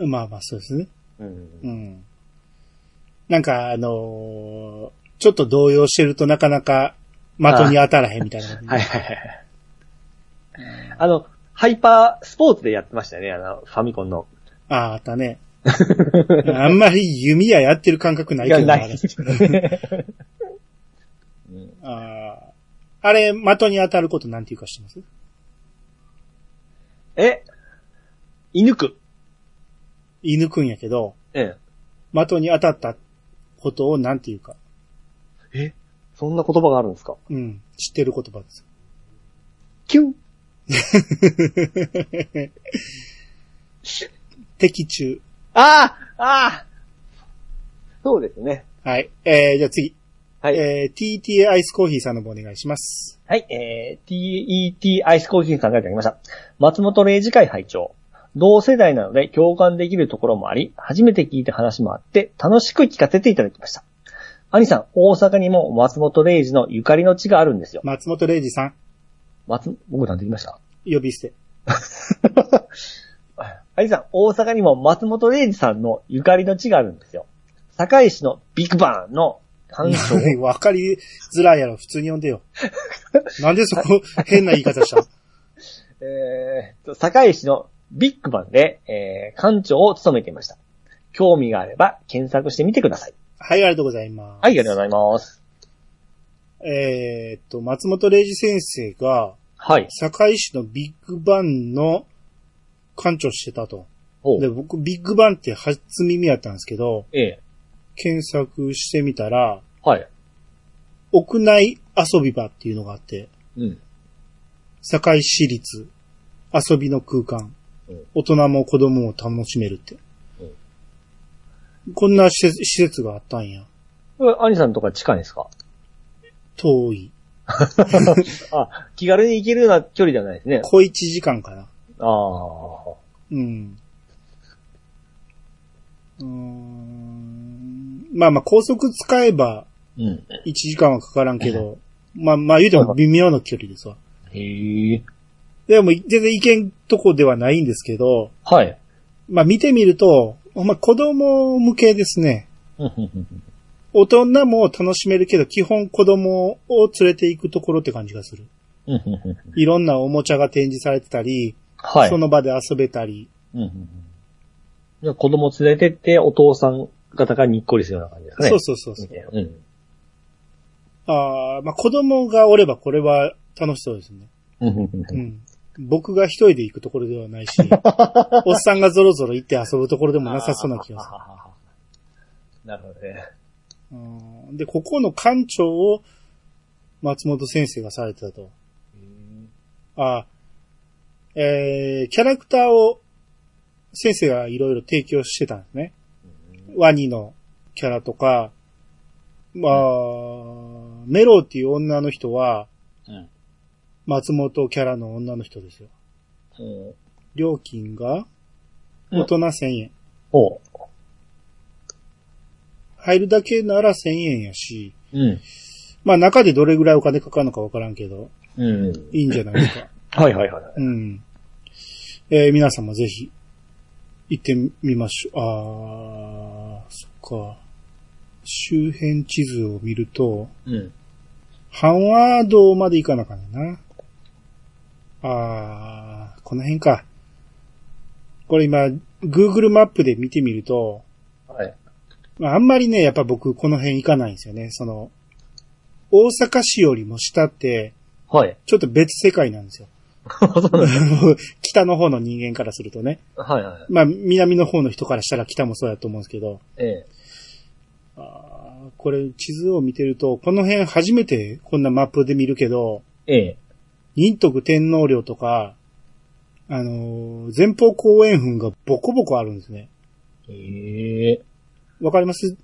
まあまあ、そうですね。
うん。
うん。なんか、あのーちょっと動揺してるとなかなか的に当たらへんみたいな。
はいはいはい。あの、
ハイパースポーツでやってましたよね、あの、ファミコンの。
ああ、あったね。あんまり弓矢やってる感覚ないけど
な
ない私
*laughs*
あーあれ、的に当たることなんていうかしてます
え犬く。
射抜くんやけど、
ええ。
的に当たったことをなんていうか。
そんな言葉があるんですか
うん。知ってる言葉です。
キュン
*laughs*
敵中。
ああああそうですね。
はい。えー、じゃあ次。
はい
えー、TTA アイスコーヒーさんの方お願いします。
はい、えー、TET アイスコーヒーさんからいただきました。松本零次会会長。同世代なので共感できるところもあり、初めて聞いた話もあって、楽しく聞かせていただきました。兄さん、大阪にも松本零士のゆかりの地があるんですよ。
松本零士さん、
松、僕なんて言いました
呼び捨て。
兄さん、大阪にも松本零士さんのゆかりの地があるんですよ。堺市のビッグバーンの鑑賞
*laughs* わかりづらいやろ。普通に呼ん
*laughs*
でよ。なんでそこ、変な言い方したの
えーと、堺市のビッグバンで、えー、館長を務めていました。興味があれば検索してみてください。
はい、ありがとうございます。
はい、ありがとうございます。
えーっと、松本零士先生が、
はい。
堺市のビッグバンの館長してたと。
お
で、僕、ビッグバンって初耳やったんですけど、
ええ
検索してみたら、
はい。
屋内遊び場っていうのがあって、
うん。
堺市立遊びの空間
うん。
大人も子供も楽しめるって
う。
こんな施設施設があったんや。
アニさんとか地下ですか
遠い。
あ、気軽に行けるような距離じゃないですね。
小一時間かな。
ああ。
うん。うーん。まあまあ、高速使えば
うん。
1時間はかからんけど、まあまあ言うても微妙な距離ですわ。
へえ。
でも全然行けんとこではないんですけど、
はい。
まあ見てみると、まあ子供向けですね。大人も楽しめるけど、基本子供を連れて行くところって感じがする。いろんなおもちゃが展示されてたり、
はい
そ。の場で遊べたり。
うんうんうんじゃあ子供連れてって、お父さん方がにっこりするような感じですね。
そうそうそうそう。
う。うん。
ああ、まあ子供がおればこれは楽しそうですね。
うんうんうんうん
うん。僕が一人で行くところでは
*laughs*
ないし、おっさんがゾロゾロ行って遊ぶところでもなさそうな気がする。
あーなるほどね。
うんで、ここの館長を松本先生がされてたと。ああ、えー、キャラクターを先生がいろいろ提供してたんですね。ワニのキャラとか、まあ、メロっていう女の人は、
うん
松本キャラの女の人ですよ。
うん
料金が、
うん
大人1000円。
ほ
入るだけなら1000円やし、
う。うん。
まあ中でどれぐらいお金かかるのかわからんけど、
うん。
いいんじゃないで
*laughs*
すか。
はいはいはい。
うん。えー皆さんもぜひ、行ってみましょう。あー、そっか。周辺地図を見ると、
うん。
半和道まで行かなあかんねんな。あー、この辺か。これ今、Google マップで見てみると、
はい。
まあ、あんまりね、やっぱ僕この辺行かないんですよね。その、大阪市よりも下って、
はい。
ちょっと別世界なんです
*laughs*
よ。北の方の人間からするとね。
はいはい。
まあ、南の方の人からしたら北もそうだと思うんですけど、
ええ。
あーこれ地図を見てると、この辺初めてこんなマップで見るけど、
ええ。
仁徳天皇陵とか、あのー前方後円墳がボコボコあるんですね。
ええ。
わかります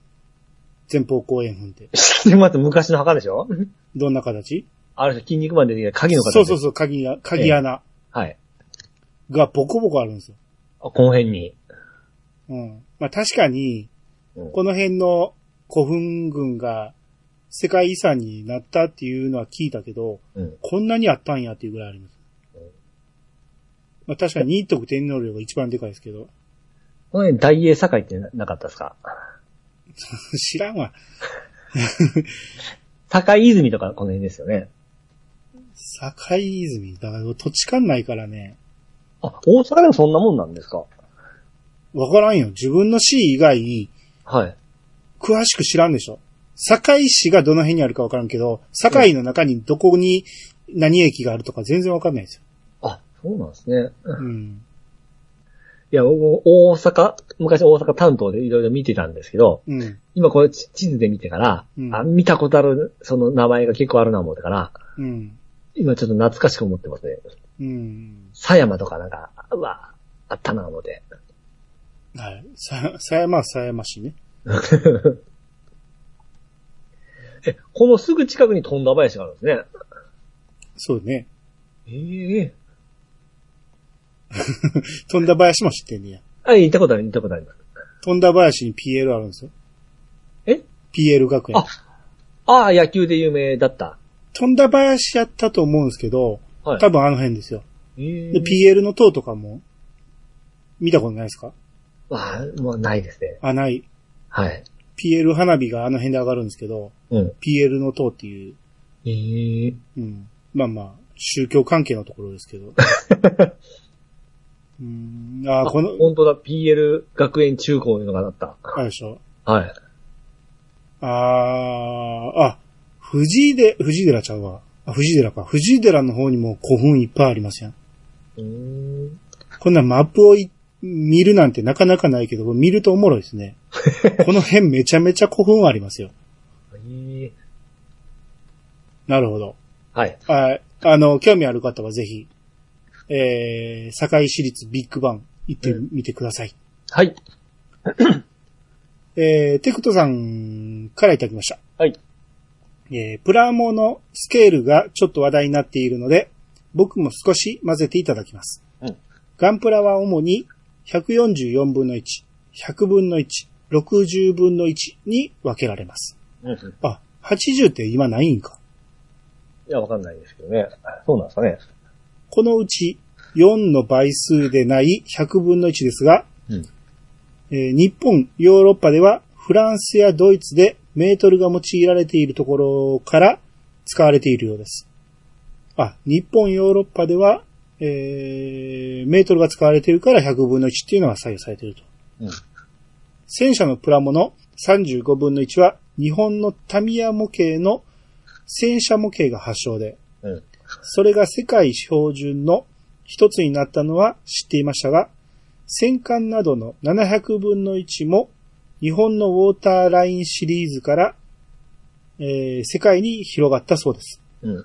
前方後円墳って。
知ってます昔の墓でしょ
どんな形
あれ筋肉マンで出てきた鍵の形。
そうそうそう、鍵が、鍵穴
はい。
がボコボコあるんですよ。
あこの辺に。
うん。まあ確かに、
うん
この辺の古墳群が世界遺産になったっていうのは聞いたけど、
うん
こんなにあったんやっていうぐらいあります。
うん
まあ確かに仁徳天皇陵が一番でかいですけど、 *laughs*
この辺大英堺ってなかったですか
知らんわ。
堺泉とかこの辺ですよね。
境泉。だから土地勘ないからね。
あ、大阪でもそんなもんなんですか
わからんよ。自分の市以外に
はい。
詳しく知らんでしょ。堺市がどの辺にあるかわからんけど、堺の中にどこに何駅があるとか全然わかんないですよ。
あ、そうなんですね。
うん。
いや、僕大阪、昔大阪担当でいろいろ見てたんですけど、
うん。
今これ地地図で見てから、
うん
あ、見たことある、その名前が結構あるな思ってから、
うん。
今ちょっと懐かしく思ってますね。
うん。
狭山とかなんか、うわ、あったな思って。
はい。さ、狭山は狭山市ね。
え、このすぐ近くに富田林があるんですね。
そうね。
ええ
富田林も知ってんねや。
あ、行ったことある、行ったことあります。
富田林に PL あるんですよ。
え
?PL 学園。
あああ、野球で有名だった。
富田林やったと思うんですけど、
はい。
多分あの辺ですよ。
え
で、PL の塔とかも、見たことないですか
あもうないですね。
あ、ない。
はい。
PL 花火があの辺で上がるんですけど、
うん。
PL の塔っていう、
ええ
うん。まあまあ、宗教関係のところですけ
*laughs*
ど。うん、あーこの、
本当だ、PL 学園中高いうのがあった。
あれでしょ。
はい。
ああ、あ、藤井で、藤井寺ちゃうわ。あ、藤井寺か。藤井寺の方にも古墳いっぱいありますやん。
うーん。
こんなマップをい見るなんてなかなかないけど、見るとおもろいですね。この辺めちゃめちゃ古墳ありますよ。
ええ
なるほど。
はい。
はい。あの、興味ある方はぜひ、えー、堺市立ビッグバン行ってみてください。
はい。
えー、テクトさんからいただきました。
はい。
えー、プラモのスケールがちょっと話題になっているので、僕も少し混ぜていただきます。
うん
ガンプラは主に144分の1、100分の1、60分の1に分けられます。
うんうん
あ、80って今ないんか。
いや、わかんないですけどね。そうなんですかね。
このうち4の倍数でない100分の1ですが、
うん
えー日本、ヨーロッパではフランスやドイツでメートルが用いられているところから使われているようです。あ、日本、ヨーロッパでは、えーメートルが使われているから100分の1っていうのが採用されていると。
うん
戦車のプラモの35分の1は日本のタミヤ模型の戦車模型が発祥で、
うん。
それが世界標準の一つになったのは知っていましたが、戦艦などの700分の1も日本のウォーターラインシリーズから、えー世界に広がったそうです。
うん。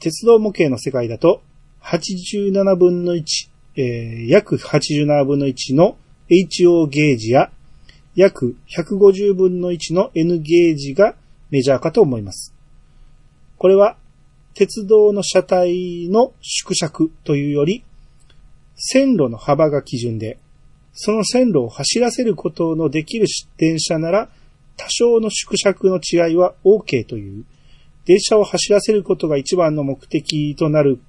鉄道模型の世界だと87分の1、えー約87分の1の HO ゲージや約150分の1の N ゲージがメジャーかと思います。これは鉄道の車体の縮尺というより、線路の幅が基準で、その線路を走らせることのできる電車なら、多少の縮尺の違いは OK という、電車を走らせることが一番の目的となる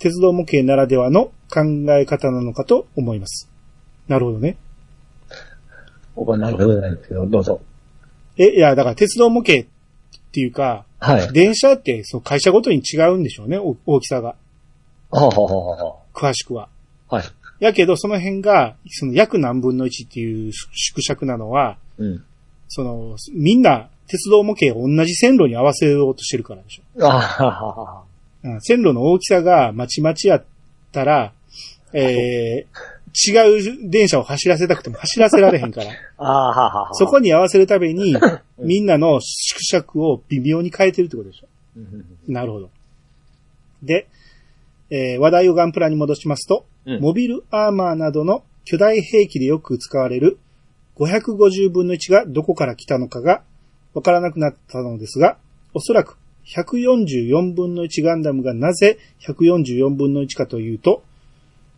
鉄道模型ならではの考え方なのかと思います。なるほどね。
僕はなるほどないですけど、どうぞ。
え、いや、だから鉄道模型っていうか、
はい。
電車ってそう会社ごとに違うんでしょうね、お大きさが。
はあ、はあはあは
詳しくは。
あ、はい。
やけど、その辺が、その約何分の1っていう縮尺なのは、
うん。
その、みんな鉄道模型を同じ線路に合わせようとしてるからでしょ。
あはははは。
うん、線路の大きさがまちまちやったら、えー、違う電車を走らせたくても走らせられへんから。
ああはははは。
そこに合わせるために、みんなの縮尺を微妙に変えてるってことでしょ。
うんうん
なるほど。で、えー話題をガンプラに戻しますと、
うん
モビルアーマーなどの巨大兵器でよく使われる550分の1がどこから来たのかがわからなくなったのですが、おそらく144分の1ガンダムがなぜ144分の1かというと、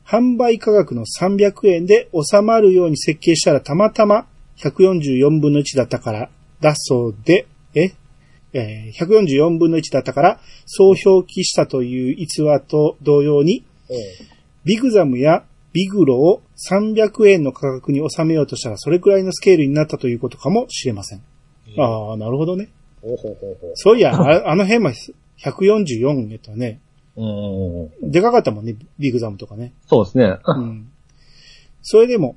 販売価格の300円で収まるように設計したらたまたま144分の1だったからだそうで、ええー144分の1だったから、そう表記したという逸話と同様に、
え
ビグザムやビグロを300円の価格に収めようとしたら、それくらいのスケールになったということかもしれません。
え
ああ、なるほどね。
*laughs* ほうほうほうほう。
そういや、ああの辺も144やったね。
うん。
でかかったもんね、ビッグザムとかね。
そうですね。
うん。それでも、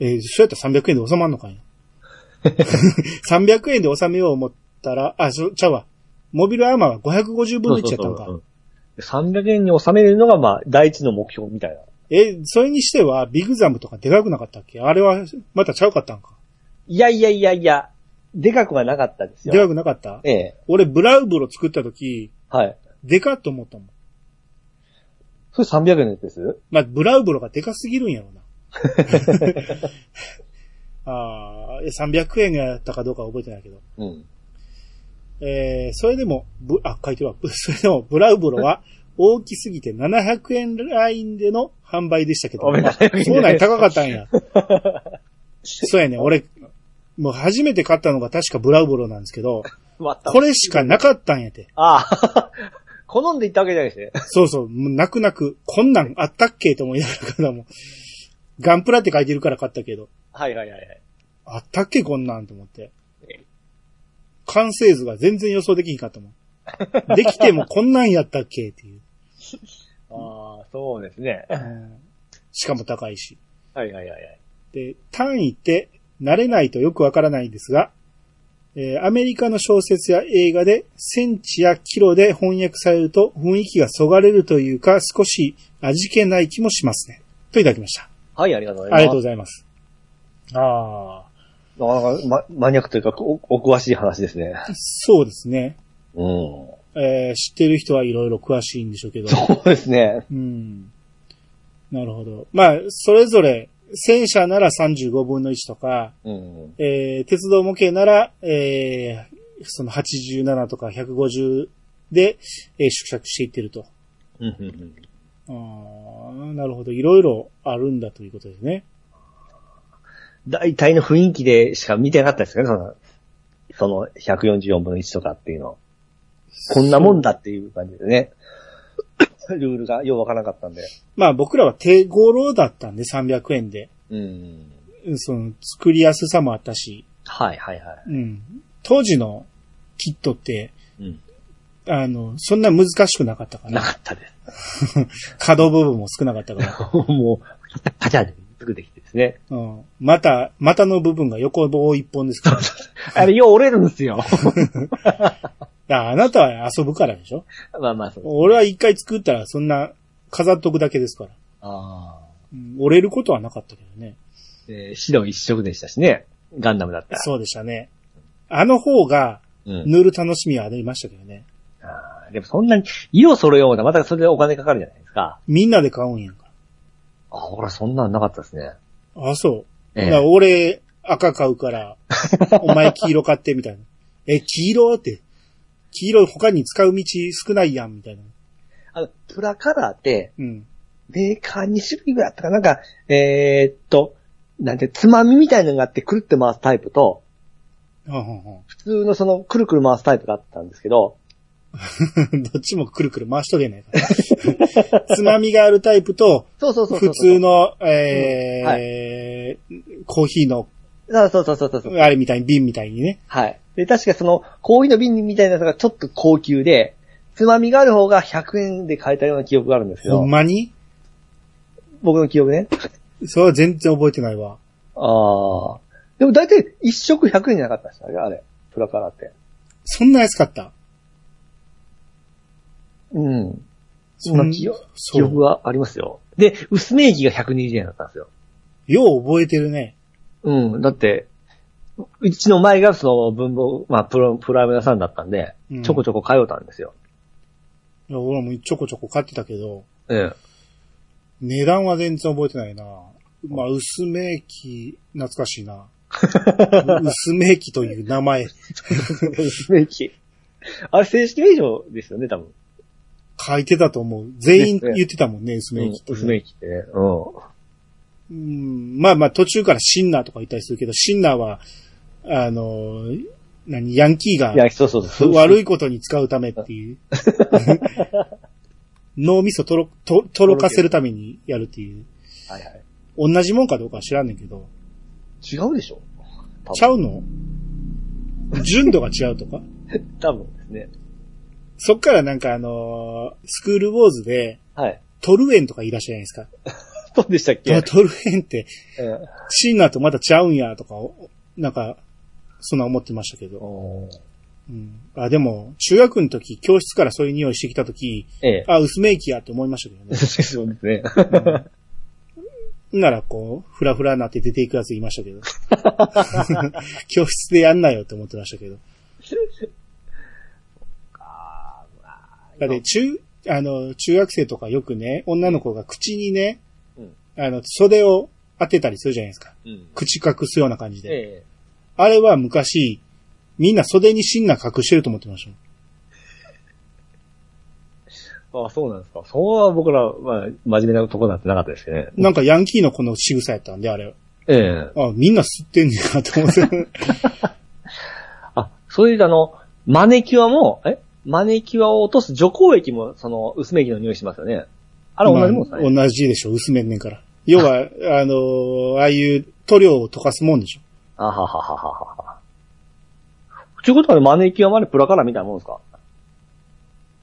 えーそうやったら300円で収まんのか
*laughs*
いな。300円で収めよう思ったら、あ、そちゃうわ。モビルアーマーは550分の1やったのか。
そうそうそううん300円に収めるのが、まあ、第一の目標みたいな。
え、それにしては、ビッグザムとかでかくなかったっけあれは、またちゃうかったんか。
いやいやいやいや、でかくはなかったです
で
よ。
かくなかった
ええ。
俺、ブラウブロ作った時、
はい。
でかっと思ったもん。
それ300円のやつです
まあ、ブラウブロがでかすぎるんや
*laughs*
ろうな。ああ、え300円やったかどうかは覚えてないけど。
うん。
えー、それでも、ぶ、あ、書いてるわ。 *laughs* ぶそれでも、ブラウブロは大きすぎて700円ラインでの販売でしたけど。
おめでとうございます
そうなんや高かったんや。そうやね、俺、もう初めて買ったのが確かブラウブロなんですけど、
また。
これしかなかったんやて。
ああ、好んでいったわけじゃないですね。
そうそう、もう泣く泣く、こんなんあったっけと思いながらから *laughs* も、ガンプラって書いてるから買ったけど、
はいはいはいはい。
あったっけこんなんと思って。完成図が全然予想できひんかったもん。できてもこんなんやったっけっていう。
ああ、そうですね。
しかも高いし。
はいはいはいはい。
で、単位って慣れないとよくわからないんですが、えーアメリカの小説や映画でセンチやキロで翻訳されると雰囲気がそがれるというか少し味気ない気もしますね。といただきました。
はい、ありがとうござい
あ
ます。
りがとうございます。あ
なかなか、ま、マニアックというか、お、お詳しい話ですね。
あ。そうですね。
うん。
えー知ってる人はいろいろ詳しいんでしょうけど。
そうですね。
うん。なるほど。まあ、それぞれ、戦車なら35分の1とか、
うん。
えー鉄道模型なら、えーその87とか150で、えー縮尺していってると。
うんうんうん。
あーなるほど。いろいろあるんだということですね。
大体の雰囲気でしか見てなかったですよね、その、その144分の1とかっていうの。こんなもんだっていう感じでね。ルールがようわからなかったんで。
まあ僕らは手頃だったんで300円で。
うん。
うんその作りやすさもあったし、
はいはいは
うん。当時のキットって、
い。うん。
あの、そんな難しくなかったか
な
ら、
かったです。 *laughs*
可動部分も少なかったから、
もう、カチャカチャですぐできてですね。
*laughs* うん。また、股の部分が横棒一本ですから。
あれ、よう折れるんですよ。
ああなたは遊ぶからでしょ
*laughs* まあまあ、そうです。
俺は一回作ったらそんな飾っとくだけですから。
ああ。
うん折れることはなかったけどね。
えー、白一色でしたしね。ガンダムだったら。
そうでしたね。あの方が
うん。
塗る楽しみはありましたけどね。
あーでもそんなに、色揃えような、またそれでお金かかるじゃないですか。
みんなで買うんやんか。
あ、俺そんなんなかったですね。
あ、そう。
え
だ
え
から俺赤買うから、お前黄色買ってみたいな。 *laughs* え、黄色って。黄色他に使う道少ないやんみたいな。
あの、プラカラーって、
うん。
メーカー2種類ぐらいあったかななんか、えーっと、なんて、つまみみたいなのがあって、くるって回すタイプと、
はんはんは
普通のその、くるくる回すタイプがあったんですけど、
ん *laughs* どっちもくるくる回しとけないから。 *laughs* つまみがあるタイプと、
そうそうそうそう
普通
の。
の、えーコーヒーの、
そうそうそうそうそうそう。
あれみたいに、瓶みたいにね。
はい。で、確かその、コーヒーの瓶みたいなのがちょっと高級で、つまみがある方が100円で買えたような記憶があるんです
ほ
よ
ん。まに
僕の記憶ね。
それは全然覚えてないわ。
ああ。でも大体一食100円じゃなかったですかねあれ。プラカラーって。
そんな安かった
うん。
そん
な記憶
そ
記憶
う。
がありますよ。で、薄め液が120円だったんですよ。
よう覚えてるね。
うん。だって、うちの前がその文房、まあプロ、プライム屋さんだったんで
うん、
ちょこちょこ通ったんですよ。
いや俺もちょこちょこ買ってたけど、
え
*laughs* 値段は全然覚えてないな。まあ、薄め機、懐かしいな。 *laughs* 薄め機という名前、
え。薄め液。あれ正式名称ですよね、多分。
書いてたと思う。全員
ですね
言ってたもんね、薄め機って、
薄め液ってね。うん。
うんまあまあ途中からシンナーとか言ったりするけど、シンナーは、あの、何、ヤンキーが
いや、そうそうそう。
悪
い。
いことに使うためって *laughs* いう。脳みそとろ、と、とろかせるためにやるっていう。
はいはい。
同じもんかどうかは知らんねんけど。
違うでしょ *laughs*
ちゃうの純度が違うとか
多分ですね。
そっからなんかあのースクールウォーズで、
はい。
トルエンとかいらっしゃいないですか。
そうでしたっけ
あトルエンって、
え
シンナーとまたちゃうんや、とか、おなんか、そんな思ってましたけ
え
ど。
おー
うん、あでも、中学の時、教室からそういう匂いしてきた時、
ええ。
あ、薄め息やって思いましたけどね。
そうですね。
なら、こう、ふらふらなって出ていくやついましたけ
*laughs*
ど。教室でやんなよって思ってましたけど。だって、中、あの、中学生とかよくね、女の子が口にね、
うん
あの、袖を当てたりするじゃないですか。
うん。
口隠すような感じで。
え
あれは昔、みんな袖にシンナー隠してると思ってましたもん。
え。あそうなんですか。そこは僕ら、まあ、真面目なとこなんてなかったですよね。
なんかヤンキーのこの仕草やったんで、あれは。
ええ
あ、みんな吸ってんねんなと思って。
あ、そういうあの、マネキュアも、えマネキュアを落とす除光液も、その、薄め液の匂いしますよね。 *laughs* あれ同じもんです
ま
か
あ
ね。
同じでしょ、薄めんねんから。要は、あのーああいう塗料を溶かすもんでしょ。
あははははは。ということは、マネキュアまでプラカラーみたいなもんですか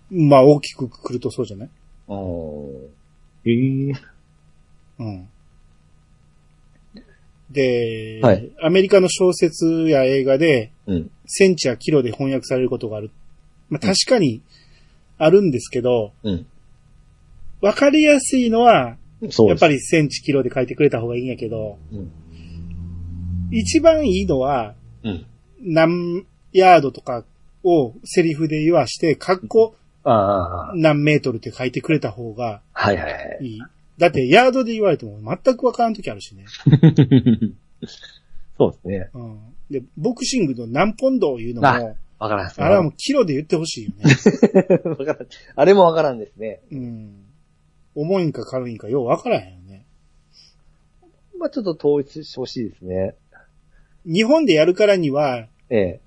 まあ、大きくくるとそうじゃない
うん。ええ
うん。で、
はい
アメリカの小説や映画で、
うん。
センチやキロで翻訳されることがある。まあ、確かに、あるんですけど、
うん。
わかりやすいのは、
そう
やっ
です。
ぱりセンチキロで書いてくれた方がいいんやけど、
うん
一番いいのは、
うん。
何ヤードとかをセリフで言わして、かっこ
ああ、
何メートルって書いてくれた方が
はいはい *laughs* はい。
いい。だって、ヤードで言われても全くわからんときあるしね。
そうですね。
うん。で、ボクシングの何ポンドを言うのも、
あ
あ
わからんですね。
れはもうキロで言ってほしいよね。
わからんあれもわからんですね。
うん。重いんか軽いんかようわからへんよね。
まあちょっと統一してほしいですね。
日本でやるからには、
ええ、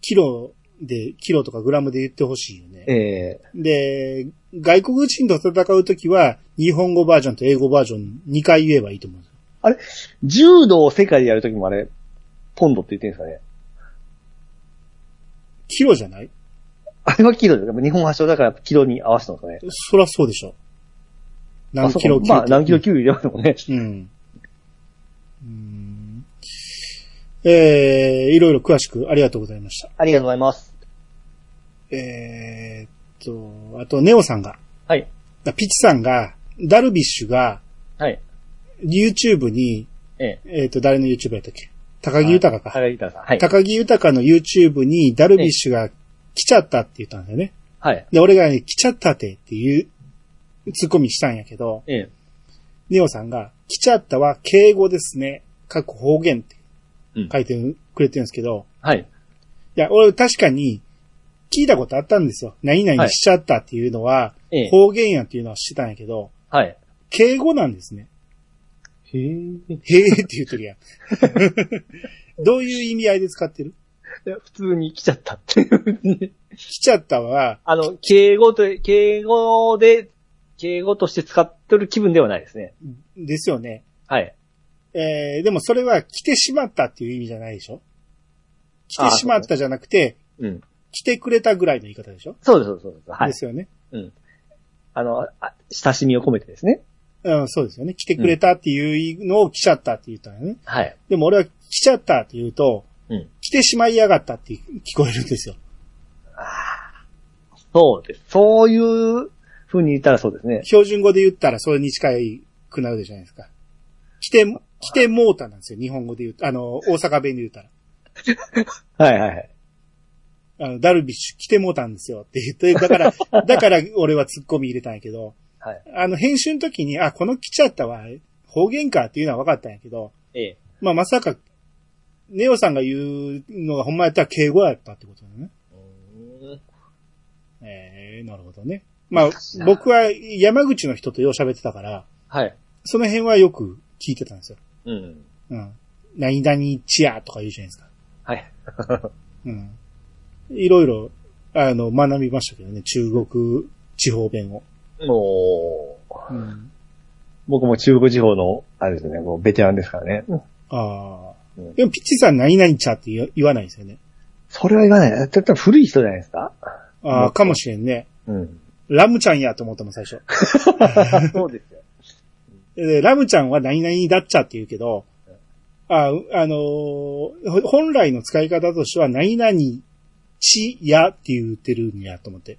キロで、キロとかグラムで言ってほしいよね。
ええ、
で、外国人と戦うときは、日本語バージョンと英語バージョン2回言えばいいと思う。
柔道を世界でやるときもあれ、ポンドって言ってるんですかね。
キロじゃない
あれはキロです。やっぱ日本発祥だからキロに合わせたんですかね。
そらそうでしょ。
あ
何
そう
キ
か
ロ級
まあ何キロ級入れますもんね。
うん。うんえー、いろいろ詳しくありがとうございました。
*laughs* ありがとうございます。
えー、っと、あと、ネオさんが、
はい。
ピチさんが、ダルビッシュが、
はい。
YouTube に、
え
えーっと、誰の YouTube やったっけ高木豊か。
高木さん。はい。
高木豊の YouTube にダルビッシュが来ちゃったって言ったんだよね。
はい。
で、俺が、ね、来ちゃったってっていう、ツッコミしたんやけど、
ええ。
ネオさんが、来ちゃったは敬語ですね。過去方言って
うん
書いてくれてるんですけど、
はい。
いや、俺確かに聞いたことあったんですよ。何々しちゃったっていうのは、
ええ。
方言やっていうのは知ってたんやけど、
はい。
敬語なんですね。
へえ。
へえって言って *laughs* るやん。どういう意味合いで使ってる
普通に来ちゃったっていう。
来ちゃったは、
*laughs* あの、敬語と、敬語で、敬語として使ってる気分ではないですね。
ですよね。
はい。
えー、でもそれは来てしまったっていう意味じゃないでしょ来てしまったじゃなくて、
うん。
来てくれたぐらいの言い方でしょ、
そうです、そうですそうです。は
で
い。
すよね。
あの、あ親しみを込めてですね。
うん、そうですよね。来てくれたっていうのを来ちゃったって言ったんよね。
はい。
でも俺は来ちゃったって言うと、
うん
来てしまいやがったって聞こえるんですよ。
そうです。そういう風に言ったらそうですね。
標準語で言ったらそれに近いくなるじゃないですか。来て、来てもうたなんですよ。日本語で言うと、あの、大阪弁で言ったら。
はいはいはい。
あの、ダルビッシュ来てもうたんですよって言って、だから、だから俺はツッコミ入れたんやけど、
はい。
あの、編集の時に、あ、この来ちゃったは方言かっていうのは分かったんやけど、
ええ。
まあまさか、ネオさんが言うのがほんまやったら敬語やったってことだね。ええなるほどね。まあ
難しい、な
僕は山口の人とよう喋ってたから、
はい。
その辺はよく聞いてたんですよ。
うん。
うん。何々チアとか言うじゃないですか。
はい。
うん。いろいろ、あの、学びましたけどね、中国地方弁を。
もう、
うん。
僕も中国地方の、あれですね、もうベテランですからね。
ああ
うん。
でも、ピッチさん何々チャって言わ言わないですよね。
それは言わない。だって古い人じゃないですか
ああ、かもしれんね。
うん。
ラムちゃんやと思ったもん、最初。
そうですよ。
でラムちゃんは何々だっちゃって言うけど、あ、あのーほ本来の使い方としては、何々、ちやって言ってるんやと思って。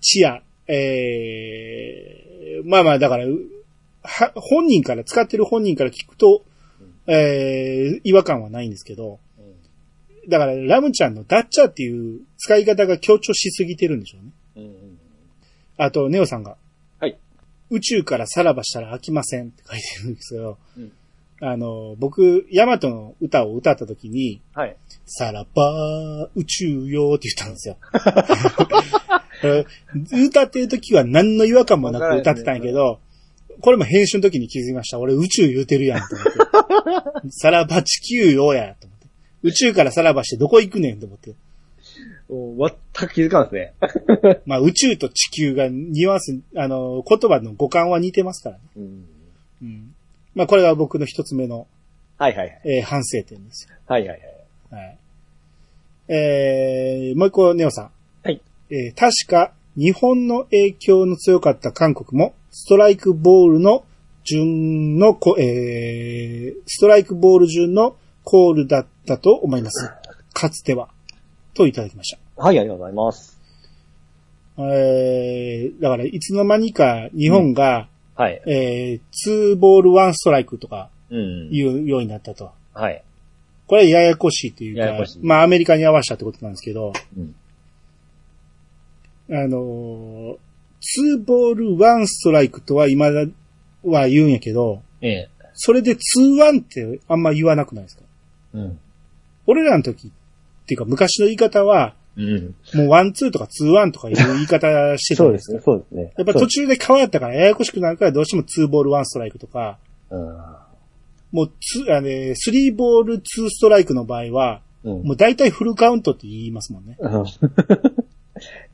ちや、えー、まあまあ、だから、うは、本人から、使ってる本人から聞くと、えー、違和感はないんですけど、だから、ラムちゃんのダッチャーっていう使い方が強調しすぎてるんでしょうね。
うんうん。
あと、ネオさんが。
はい。
宇宙からさらばしたら飽きませんって書いてるんですけど、
うん
あの、僕、ヤマトの歌を歌った時に、
はい。
さらば宇宙よって言ったん
*laughs*
ですよ。え歌ってる時は何の違和感もなく歌ってたんやけど、これも編集の時に気づきました。俺宇宙言うてるやんと思って。 *laughs* さらば地球よやと思って。宇宙からさらばしてどこ行くねんと思って。
お全く気づかんですね。
まあ宇宙と地球がニュアンス、あの、言葉の語感は似てますからね。
うん。
うん。まあこれが僕の一つ目の、
はいはいはい。
えー反省点ですよ。
はいはいは
は
い。
い。えー、もう一個、ネオさん。
はい。
えー、確か、日本の影響の強かった韓国も、ストライクボールの順のこ、えー、ストライクボール順のコールだったと思います。かつては。といただきました。
はい、ありがとうございます。
えー、だから、いつの間にか日本が、
はい。
えー、2ボール1ストライクとか
うん。
いうようになったと。
はい。
これややこしいというか、
ややこしい
まあアメリカに合わせたってことなんですけど、
うん
あのー、2ボール1ストライクとは今だは言うんやけど、
ええ。
それで2-1ってあんま言わなくないですか
うん。
俺らの時っていうか昔の言い方は、
うん。
もう1-2とか2-1とかいう言い方してた
そ
ん
う
で
ですす
よ
ね、そうですね。
やっぱ途中で変わったからややこしくなるからどうしても2ボール1ストライクとか、
う
もうツーあれ、3ボール2ストライクの場合は、
ん。うん
もう大体フルカウントって言いますもんね。
うん。 *laughs*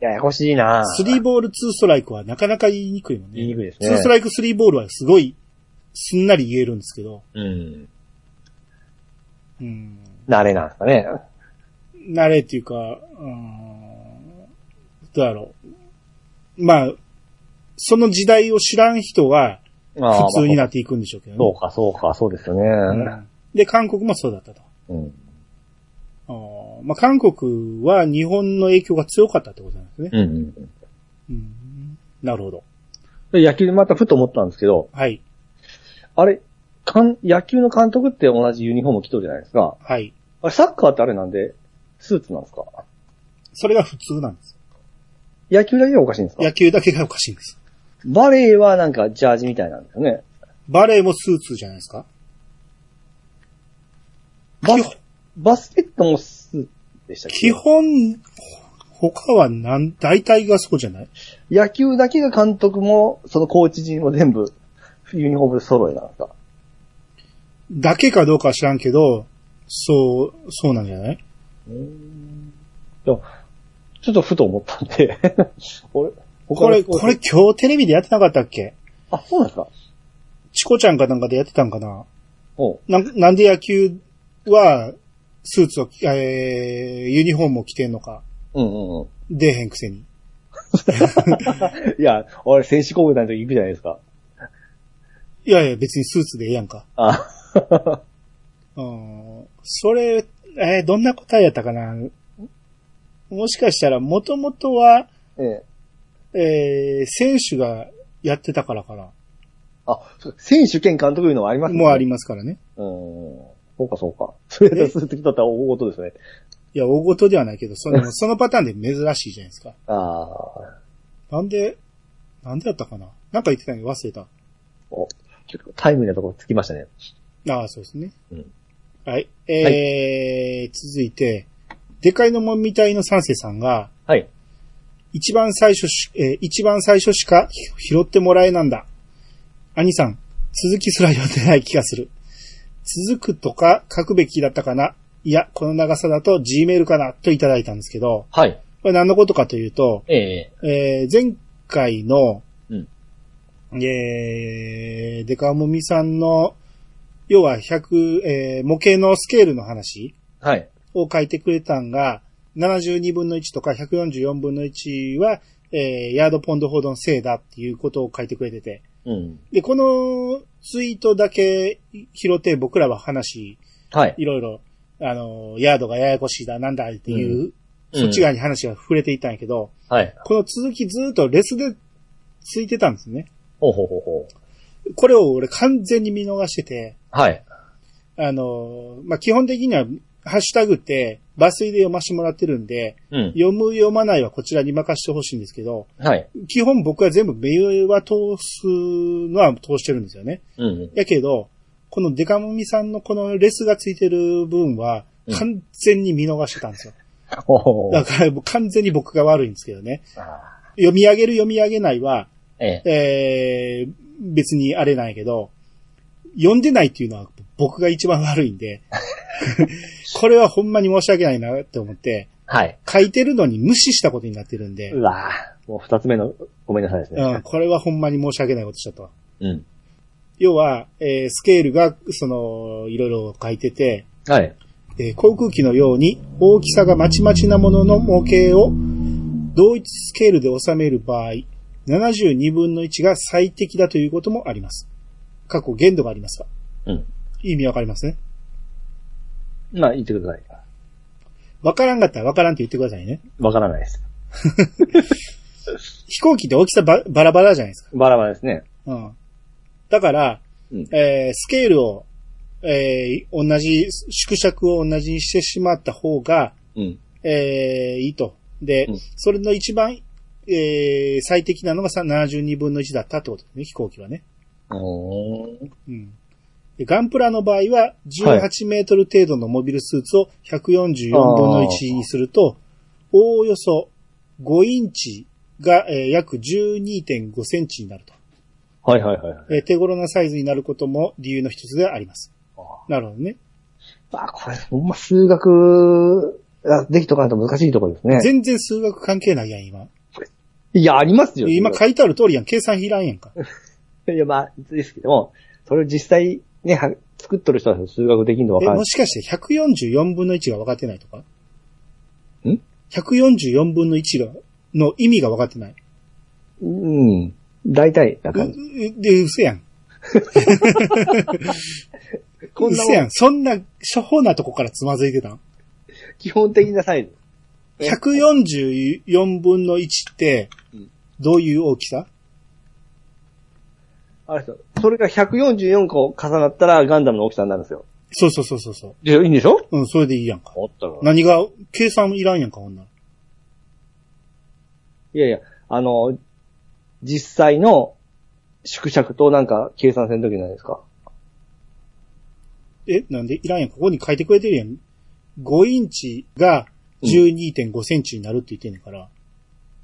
ややこしいな
スリーボール2ストライクはなかなか言いにくいもん
言い
ね。
にくいですね。
2ストライク3ボールはすごい、すんなり言えるんですけど、
うん。
うん、
慣れなんですかね。
慣れっていうか、うん、どうだろう。まあ、その時代を知らん人は
ああ
普通に
ま
な
あ
っていくんでしょうけどね。
そうか、そうか、そうですよね。
うんで、韓国もそうだったと。
うん。
あーまあ、韓国は日本の影響が強かったってことなんですね。
うん。
うん、なるほど。
で野球でまたふと思ったんですけど、
はい、
あれ、かん、野球の監督って同じユニフォーム着とるじゃないですか。
はい。
あれ、サッカーってあれなんで、スーツなんですか
それが普通なんです。
野球だけがおかしいんですか
野球だけがおかしいんです。
バレーはなんかジャージみたいなんですよね。
バレーもスーツじゃないですか
バ
基本
バスケットもスーツでしたっけ
基本、他はなん、大体がそうじゃない
野球だけが監督も、そのコーチ陣も全部、ユニフォームで揃えなんですか
だけかどうかは知らんけど、そう、そうなんじゃない
ちょっとふと思ったんで。 *laughs* 俺、他
こ
の
れ、
スポーツ
これ今日テレビでやってなかったっけ
あ、そうなんですか
チコちゃんかなんかでやってたんかな
おう
なんなんで野球は、スーツを着、えー、ユニフォームを着てんのか、
うんうんうん。
出えへんくせに。
いや、俺、選手交代の時行くじゃないですか。
いやいや、別にスーツでええやんか。
あ、
うん。それ、えーどんな答えやったかなもしかしたら、もともとは、
ええ。
えー、選手がやってたからから。
あ、そう選手兼監督いうのはあります
もうあり
ま
ますからね。
す。うん。そうか、そうか。それだとするときだったら大事ですね。
いや、大事ではないけど、その、そのパターンで珍しいじゃないですか。
ああ。
なんで、なんでやったかななんか言ってたのに忘れた。
結構タイムリーなところつきましたね。
ああ、そうですね。
うん
はい。えー続いて、でかいのもみたいの三世さんが、
はい。
一番最初し、えー一番最初しかひ拾ってもらえなんだ。兄さん、続きすら読んでない気がする。続くとか書くべきだったかな。いや、この長さだと G メールかなといただいたんですけど、
はい。
これ何のことかというと、
ええ。
えー前回の、
うん
えーデカモミさんの、要は100、えー模型のスケールの話
はい。
を書いてくれたんが、 72分の1とか144分の1は、えー、ヤードポンドほどのせいだっていうことを書いてくれてて。
うん。
で、このツイートだけ拾って僕らは話、
はい。
いろいろ、あの、ヤードがややこしいだ、なんだっていう、
うん
そっち側に話が触れていたんやけど、
はい。
この続きずっとレスでついてたんですね。
ほうほうほうほう。
これを俺完全に見逃してて、
はい。
あの、まあ、基本的には、ハッシュタグって、抜粋で読ませてもらってるんで、
うん。
読む読まないはこちらに任せてほしいんですけど、
はい。
基本僕は全部メールは通すのは通してるんですよね。
うんうん。
やけど、このデカモミさんのこのレスがついてる分は
うん、
完全に見逃してたんですよ。
ほうほうほう
だからもう完全に僕が悪いんですけどね。
あ
読み上げる読み上げないは、
ーええ。
えー、別にあれなんやけど、読んでないっていうのは僕が一番悪いん
*laughs*
で、これはほんまに申し訳ないなって思って、
はい。
書いてるのに無視したことになってるんで
う、わぁ。もう二つ目の、ごめんなさいですね。
うん、これはほんまに申し訳ないことしたと。
うん。
要は、えースケールが、その、いろいろ書いてて、
はい。
えー航空機のように大きさがまちまちなものの模型を同一スケールで収める場合、72分の1が最適だということもあります。過去限度がありますが。
うん。
意味わかりますね。
まあ、言ってください。
わからんかったらわからんって言ってくださいね。
わからないです。
飛行機って大きさばバラバラじゃないですか。
バラバラですね。
うん。だから、
うん
えースケールを、えー同じ、縮尺を同じにしてしまった方が、
うん。
えーいいと。で、
うん
それの一番、えー最適なのがさ72分の1だったってことですね、飛行機はね。
おー
うん。でガンプラの場合は、18メートル程度のモビルスーツを144分の1にすると、おおよそ5インチが、えー約12.5センチになると。
はいはいはいはい。
えー手頃なサイズになることも理由の一つであります
あー。
なるほどね。
まあ、これ、ほんま数学ができとかないと難しいところですね。
全然数学関係ないやん、今。
いや、ありますよ。
今
そ
書いてある通りやん、計算いらんやんか。
れはいや、まあ、ですけども、それを実際ね、は作っとる人は数学できるのわ
え、
かんな
も
い。
しかして144分の1が分かってないとか
ん
?144 分の1が、の意味が分かってない。
うん。大体、なんか、
ううで、嘘やん。
こんな
嘘
も
や
ん、
ん。そんな、初歩なとこからつまずいてたん
基本的なサイズ。え
?144 分の1って
うん、
どういう大きさ
あれですよ。それが144個重なったらガンダムの大きさになるんですよ。
そうそうそうそうそ
でいいんでしょ
う。うん、それでいいやんか。
おったら。
何が、計算いらんやんか、ほんなら
いやいや、あの、実際の縮尺となんか計算せんときないですか。
え、なんでいらんやん。ここに書いてくれてるやん。5インチが12.5センチになるって言ってんねんから。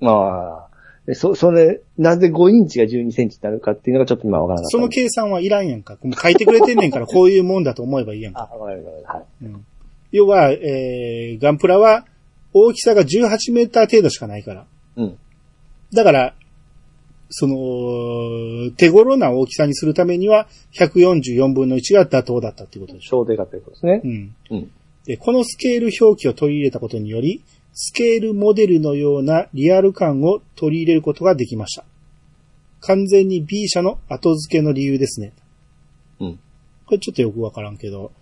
まあ、でそ、それ、なぜ5インチが12センチになるかっていうのがちょっと今わからなかった。
その計算はいらんやんか。もう書いてくれてんねんから、こういうもんだと思えばいいやん
あ、
か。
わかりました。はい。
うん、要は、えー、ガンプラは、大きさが18メーター程度しかないから。
うん。
だから、その、手頃な大きさにするためには、144分の1が妥当だったっていうことでしょ。
小定価ということですね
う。ん。
うん。
で、このスケール表記を取り入れたことにより、スケールモデルのようなリアル感を取り入れることができました。完全に B 社の後付けの理由ですね。
うん。
これちょっとよくわからんけど、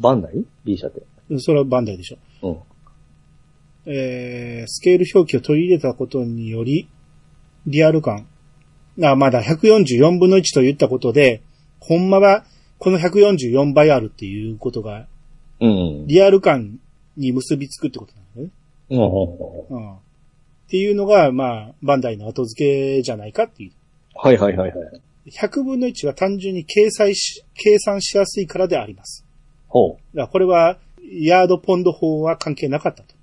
バンダイ ?B 社って。
それはバンダイでしょ。
うん。
えー、スケール表記を取り入れたことにより、リアル感。あ、まだ144分の1と言ったことで、ほんまはこの144倍あるっていうことが、
うん。
リアル感に結びつくってことなんだね。
うん。
うん。っていうのが、まあ、バンダイの後付けじゃないかっていう。
はいはいはいはい。
100分の1は単純に計算し、計算しやすいからであります。
ほ
だからこれは、ヤードポンド法は関係なかったと。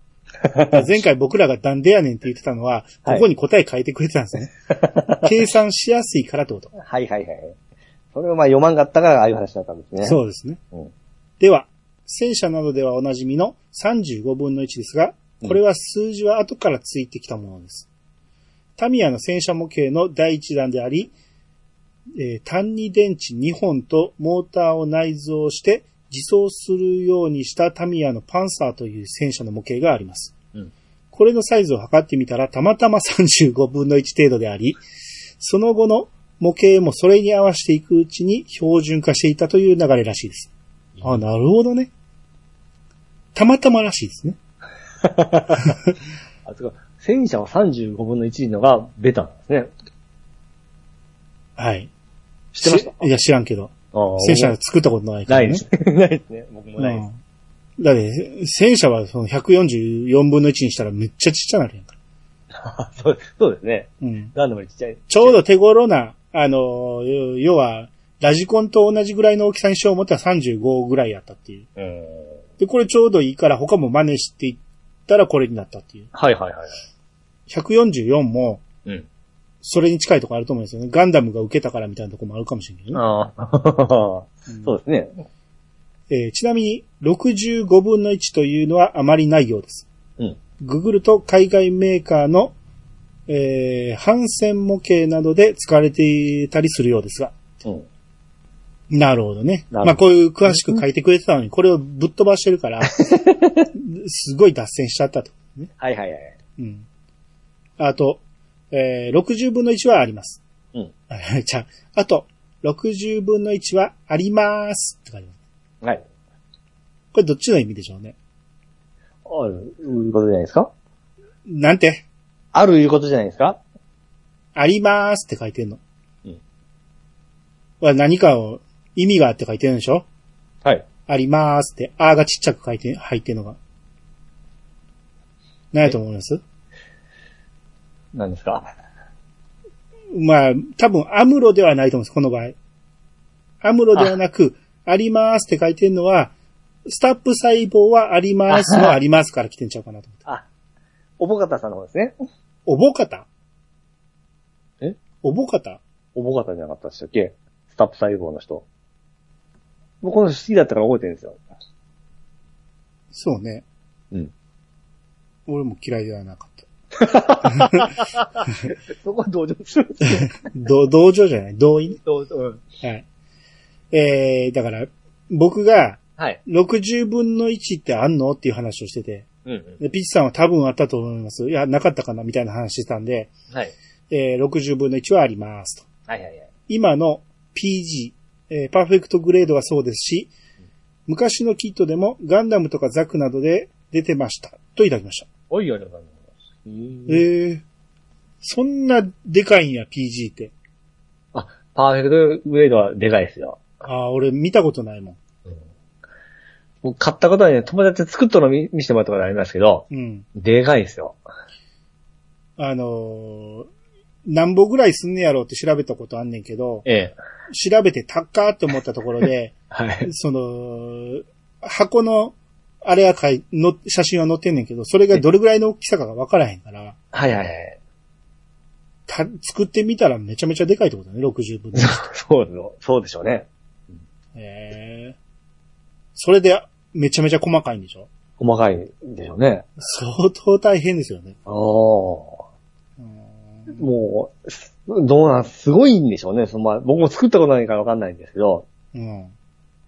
*laughs*
前回僕らがなんでやねんって言ってたのは、
はい
ここに答え書いてくれてたんです
*laughs*
ね。計算しやすいからってこと
う。。はいはいはい。それをまあ読まんかったからああいう話だったんですね。う。
そうですね。
うん
では、戦車などではおなじみの35分の1ですが、これは数字は後からついてきたものです。タミヤの戦車模型の第一弾であり、えー単二電池2本とモーターを内蔵して自走するようにしたタミヤのパンサーという戦車の模型があります。
うん
これのサイズを測ってみたら、たまたま35分の1程度であり、その後の模型もそれに合わせていくうちに標準化していたという流れらしいです。あ、なるほどね。たまたまらしいですね。
あ、つか、戦車は35分の1のがベタなんですね。
はい。
知ってました
いや、知らんけど。
ああ
戦車作ったことないか
な
ら
い
ね
で。すね。 *laughs* ないですね。僕もないです。
うんだって、戦車はその144分の1にしたらめっちゃちっちゃなるやんか。
あそうそうですね。
うん。
ガンダムよりちっちゃい。
ちょうど手頃な、あの、よ要は、ラジコンと同じぐらいの大きさにしよう思ったら35ぐらいやったっていう。
うん。
で、これちょうどいいから他も真似していったらこれになったっていう。
はいはいはい。
144も、
うん
それに近いところあると思うんですよね。ガンダムが受けたからみたいなところもあるかもしれないけどね。
ああ。
うん
*laughs* そうですね。
えーちなみに、65分の1というのはあまりないようです。
うん
ググると海外メーカーの、えー、反戦模型などで使われていたりするようですが。
うん。
なるほどね。
なるほど
まあこういう詳しく書いてくれてたのに、これをぶっ飛ばしてる
*laughs*
から、すごい脱線しちゃったと。
はいはいはい。
うん。あと、えー、60分の1はあります。
うん。
じゃあ、あと、60分の1はありますって書いてます。
はい。
これどっちの意味でしょうね。
ある、いうことじゃないですか
なんて
あるいうことじゃないですか
ありますって書いてんの。
うん
は何かを、意味があって書いてるんでしょ
はい。
ありますって、あーがちっちゃく書いて、入ってんのが。何やと思います
何ですか
まあ、多分アムロではないと思うんです、この場合。アムロではなく、ありますって書いてるのは、スタップ細胞はありますのありますから来てんちゃうかなと思って。
あ、おぼかたさんの方ですね。
おぼかた
え
おぼかた
おぼかたじゃなかったでしたっけスタップ細胞の人。僕この人好きだったから覚えてるんですよ。
そうね。
うん。
俺も嫌いではなかった。
そこは同情するんですよ。
ど同情じゃない同意ね
同情 *laughs* うん
はい。えー、だから、僕が
はい。
60分の1ってあんのっていう話をしてて、
うんう
でピッチさんは多分あったと思います。いや、なかったかなみたいな話してたんで、
ん。はい。
えー、60分の1はありますと。
はいはいはい。
今の PG、えーパーフェクトグレードはそうですし、昔のキットでもガンダムとかザクなどで出てました。といただきました。
おいよりもなんで
えー、そんなでかいんや、PG って。
パーフェクトグレードはでかいですよ。
ああ、俺見たことないもん。
僕買ったことはね、友達で作ったの見見せてもらったことありますけど、
うん。
でかいですよ。
あのー、何本ぐらいすんねやろうって調べたことあんねんけど、
ええ。
調べて高って思ったところで、
はい。
*laughs* その、箱の、あれはかい、の、写真は載ってんねんけど、それがどれぐらいの大きさかがわからへんから、
はいはいはい。 *laughs*
た、作ってみたらめちゃめちゃでかいってことだね、60分の1。
そうそう、そうでしょうね。
えーそれで、めちゃめちゃ細かいんでしょ
細かいんでしょうね。
相当大変ですよね。
ああ。
うん
もう、すどうなん、すごいんでしょうね。そのまあ、僕も作ったことないからわかんないんですけど、
うん。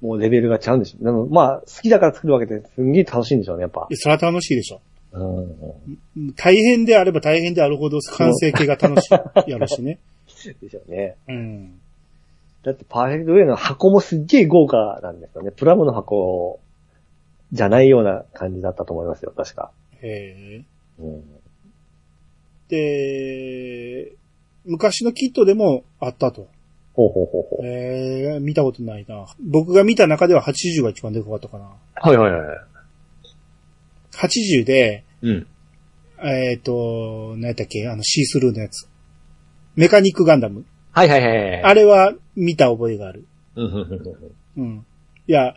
もうレベルが違うんでしょう。でも、まあ、好きだから作るわけですんげえ楽しいんでしょうね、やっぱ
いや。それは楽しいでしょ。
うん。
大変であれば大変であるほど完成形が楽しいやろしね。
でしょうね。
うん。
だって、パーフェクトウェイの箱もすっげえ豪華なんですよね。プラムの箱じゃないような感じだったと思いますよ、確か。
へ
うん。
え。で、昔のキットでもあったと。
ほうほうほうほう。
えー、見たことないな。僕が見た中では80が一番でかかったかな。
はいはいはい。
80で、
うん。
えっ、と、何やったっけあの、シースルーのやつ。メカニックガンダム。
はいはいはいはい。
あれは見た覚えがある。
うんうんうんうん
うん。いや、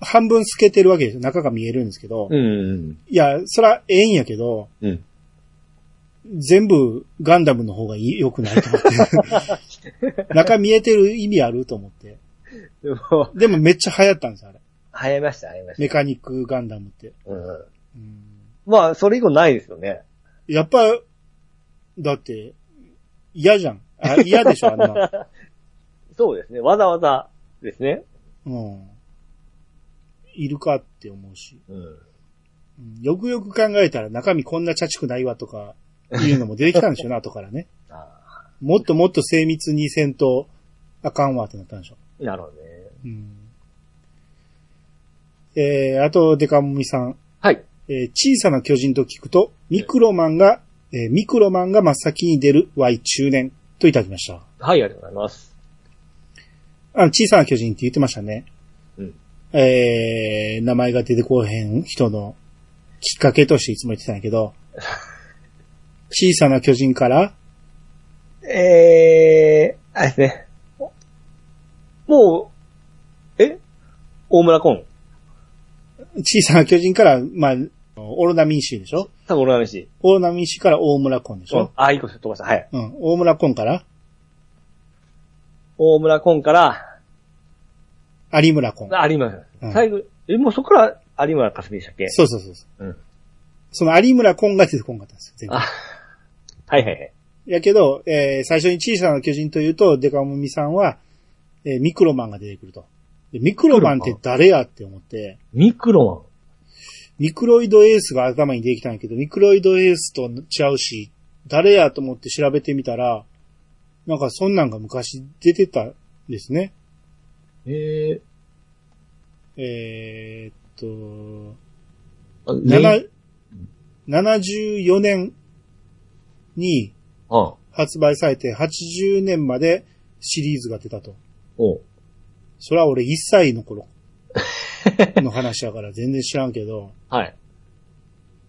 半分透けてるわけですよ。中が見えるんですけど。
うんうん
いや、そら、ええんやけど、
うん。うん。
全部ガンダムの方がいい良くないと思
*laughs*
って。中見えてる意味あると思って。
でも、
でもめっちゃ流行ったんですよ、あれ。
流行りました、流行りまし
メカニックガンダムって。
た。うん。
うん
まあ、それ以降ないですよね。
やっぱ、だって、嫌じゃん。あ嫌でしょ、あんな。
そうですね。わざわざですね。
うん。いるかって思うし。
うん。
うんよくよく考えたら中身こんなチャチくないわとか、いうのも出てきたんでしょうな、後からね。
あ
もっともっと精密にせんと、あかんわってなったんでしょ
ーなるほどね。
う。うん。えー、あと、デカモミさん。
はい。
えー小さな巨人と聞くと、ミクロマンが、えーミクロマンが真っ先に出る Y 中年といただきました。
はい、ありがとうございます。
あの、小さな巨人って言ってましたね。
うん
えー、名前が出てこうへん人のきっかけとしていつも言ってたんやけ
*laughs*
ど、小さな巨人から、
えー、あれですね。もう、え大村コン。
小さな巨人から、まあ、オロナミンシーでしょ
多分俺の話。
オロナミンシーから大村コンでしょ、
あー、一個飛ばした。はい。
うん、大村コンから、
大村コンから、
有村コン。
あ有村。
うん
最後、え、もうそこから有村かすみでしたっけ
そうそうそうそう。
うん
その有村コンが出てこんかったんですよ、全部
あ、はいはいはい。
やけど、えー最初に小さな巨人というと、デカモミさんは、えーミクロマンが出てくると。でミクロマンって誰やって思って、
ミクロ
ミクロイドエースが頭に出てきたんやけど、ミクロイドエースと違うし、誰やと思って調べてみたら、なんかそんなんが昔出てたんですね。
マン。えー、
えーっと、
あ、
7 74年に
あ、
発売されて80年までシリーズが出たと。
おう
それは俺1歳の
*laughs*
頃の話やから全然知らんけど、
はい。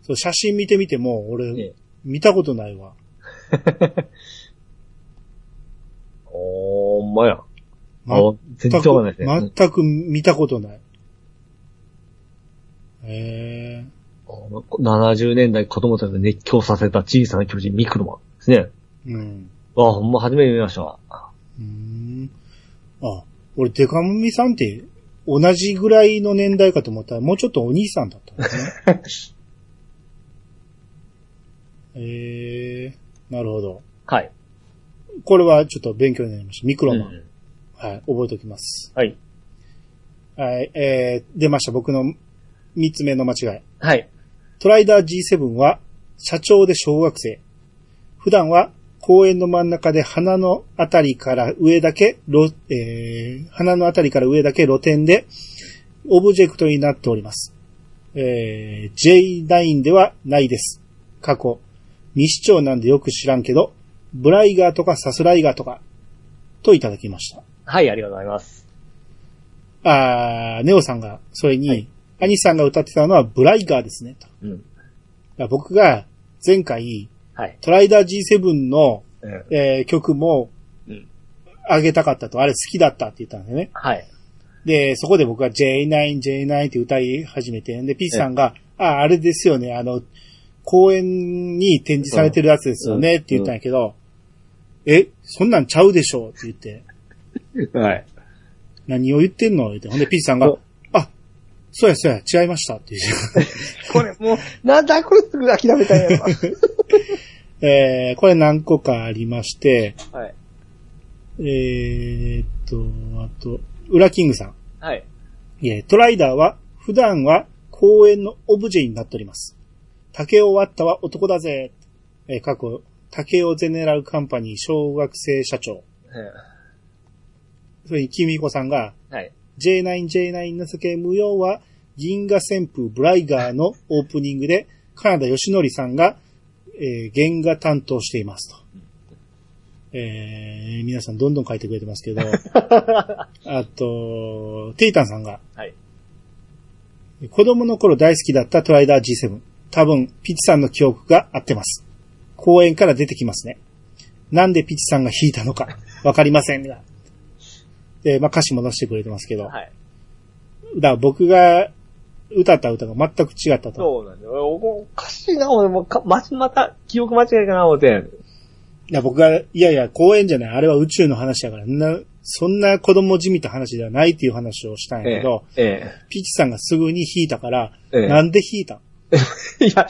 そう写真見てみても
え
俺
え
見たことないわ。
おー、ほんまや。
ま
あ全然わかんないですね。うん
全く見たことない。え
70年代子供たちを熱狂させた小さな巨人ミクロマンですね。
えうん。
わあ、ほんま初めて見まし
*laughs*
たわ。
うーん。あ、俺デカムミさんって同じぐらいの年代かと思ったらもうちょっとお兄さんだったん
*laughs*
ですね。ええなるほど。
はい。
これはちょっと勉強になりました。ミクロマン。
うん
はい、覚えておきます。
はい。
はい、えー、出ました、僕の三つ目の間違い。
はい。
トライダー G7 は、社長で小学生。普段は、公園の真ん中で鼻のあたりから上だけ、ろえー、鼻のあたりから上だけ露店で、オブジェクトになっております。えー、J9 ではないです。過去。未視聴なんでよく知らんけど、ブライガーとかサスライガーとか、といただきました。
はい、ありがとうございます。
あーネオさんが、それに、
はい
アニさんが歌ってたのはブライガーですね、と。
うん。
だから僕が、前回、
はい。
トライダー G7 の、
うん。
えー曲も
うん、
あげたかったと、あれ好きだったって言ったんですよね。 *laughs*
はい。で
で、そこで僕が J9、J9 って歌い始めて、で、ピースさんが、ああ、あれですよね、あの、公園に展示されてるやつですよね、って言ったんやけど、え、そんなんちゃうでしょって言って、
はい。
何を言ってんのって。ほんで、ピーチさんが
お、
あ、そうやそうや、違いました。っていう。 *laughs*
これもう、なんだこれすぐ諦めたんやろ。
えー、これ何個かありまして、
はい。
えーっと、あと、ウラキングさん。
はい。
えートライダーは、普段は公園のオブジェになっております。竹を割ったは男だぜ。えー、過去、竹尾ゼネラルカンパニー小学生社長。それに、キミコさんが、
はい。
J9J9 情け無用は、銀河旋風ブライガーのオープニングで、カナダ吉典さんが、えー原画担当していますと。えー皆さんどんどん書いてくれてますけど、あと、テイタンさんが、
はい。
子供の頃大好きだったトライダー G7。多分、ピチさんの記憶が合ってます。公園から出てきますね。なんでピチさんが弾いたのか、わかりませんが。で、まあ、歌詞も出してくれてますけど。
はい。
だから僕が歌った歌が全く違ったと。
そうなんだよ。俺おかしいな、俺もうか、まじ、また、記憶間違いかな、思って。
いや僕が、いやいや、公園じゃない、あれは宇宙の話やから、な、そんな子供じみた話ではないっていう話をしたんやけど、
ええ。
ピッチさんがすぐに弾いたから、
ええ
なんで弾いたん
いや、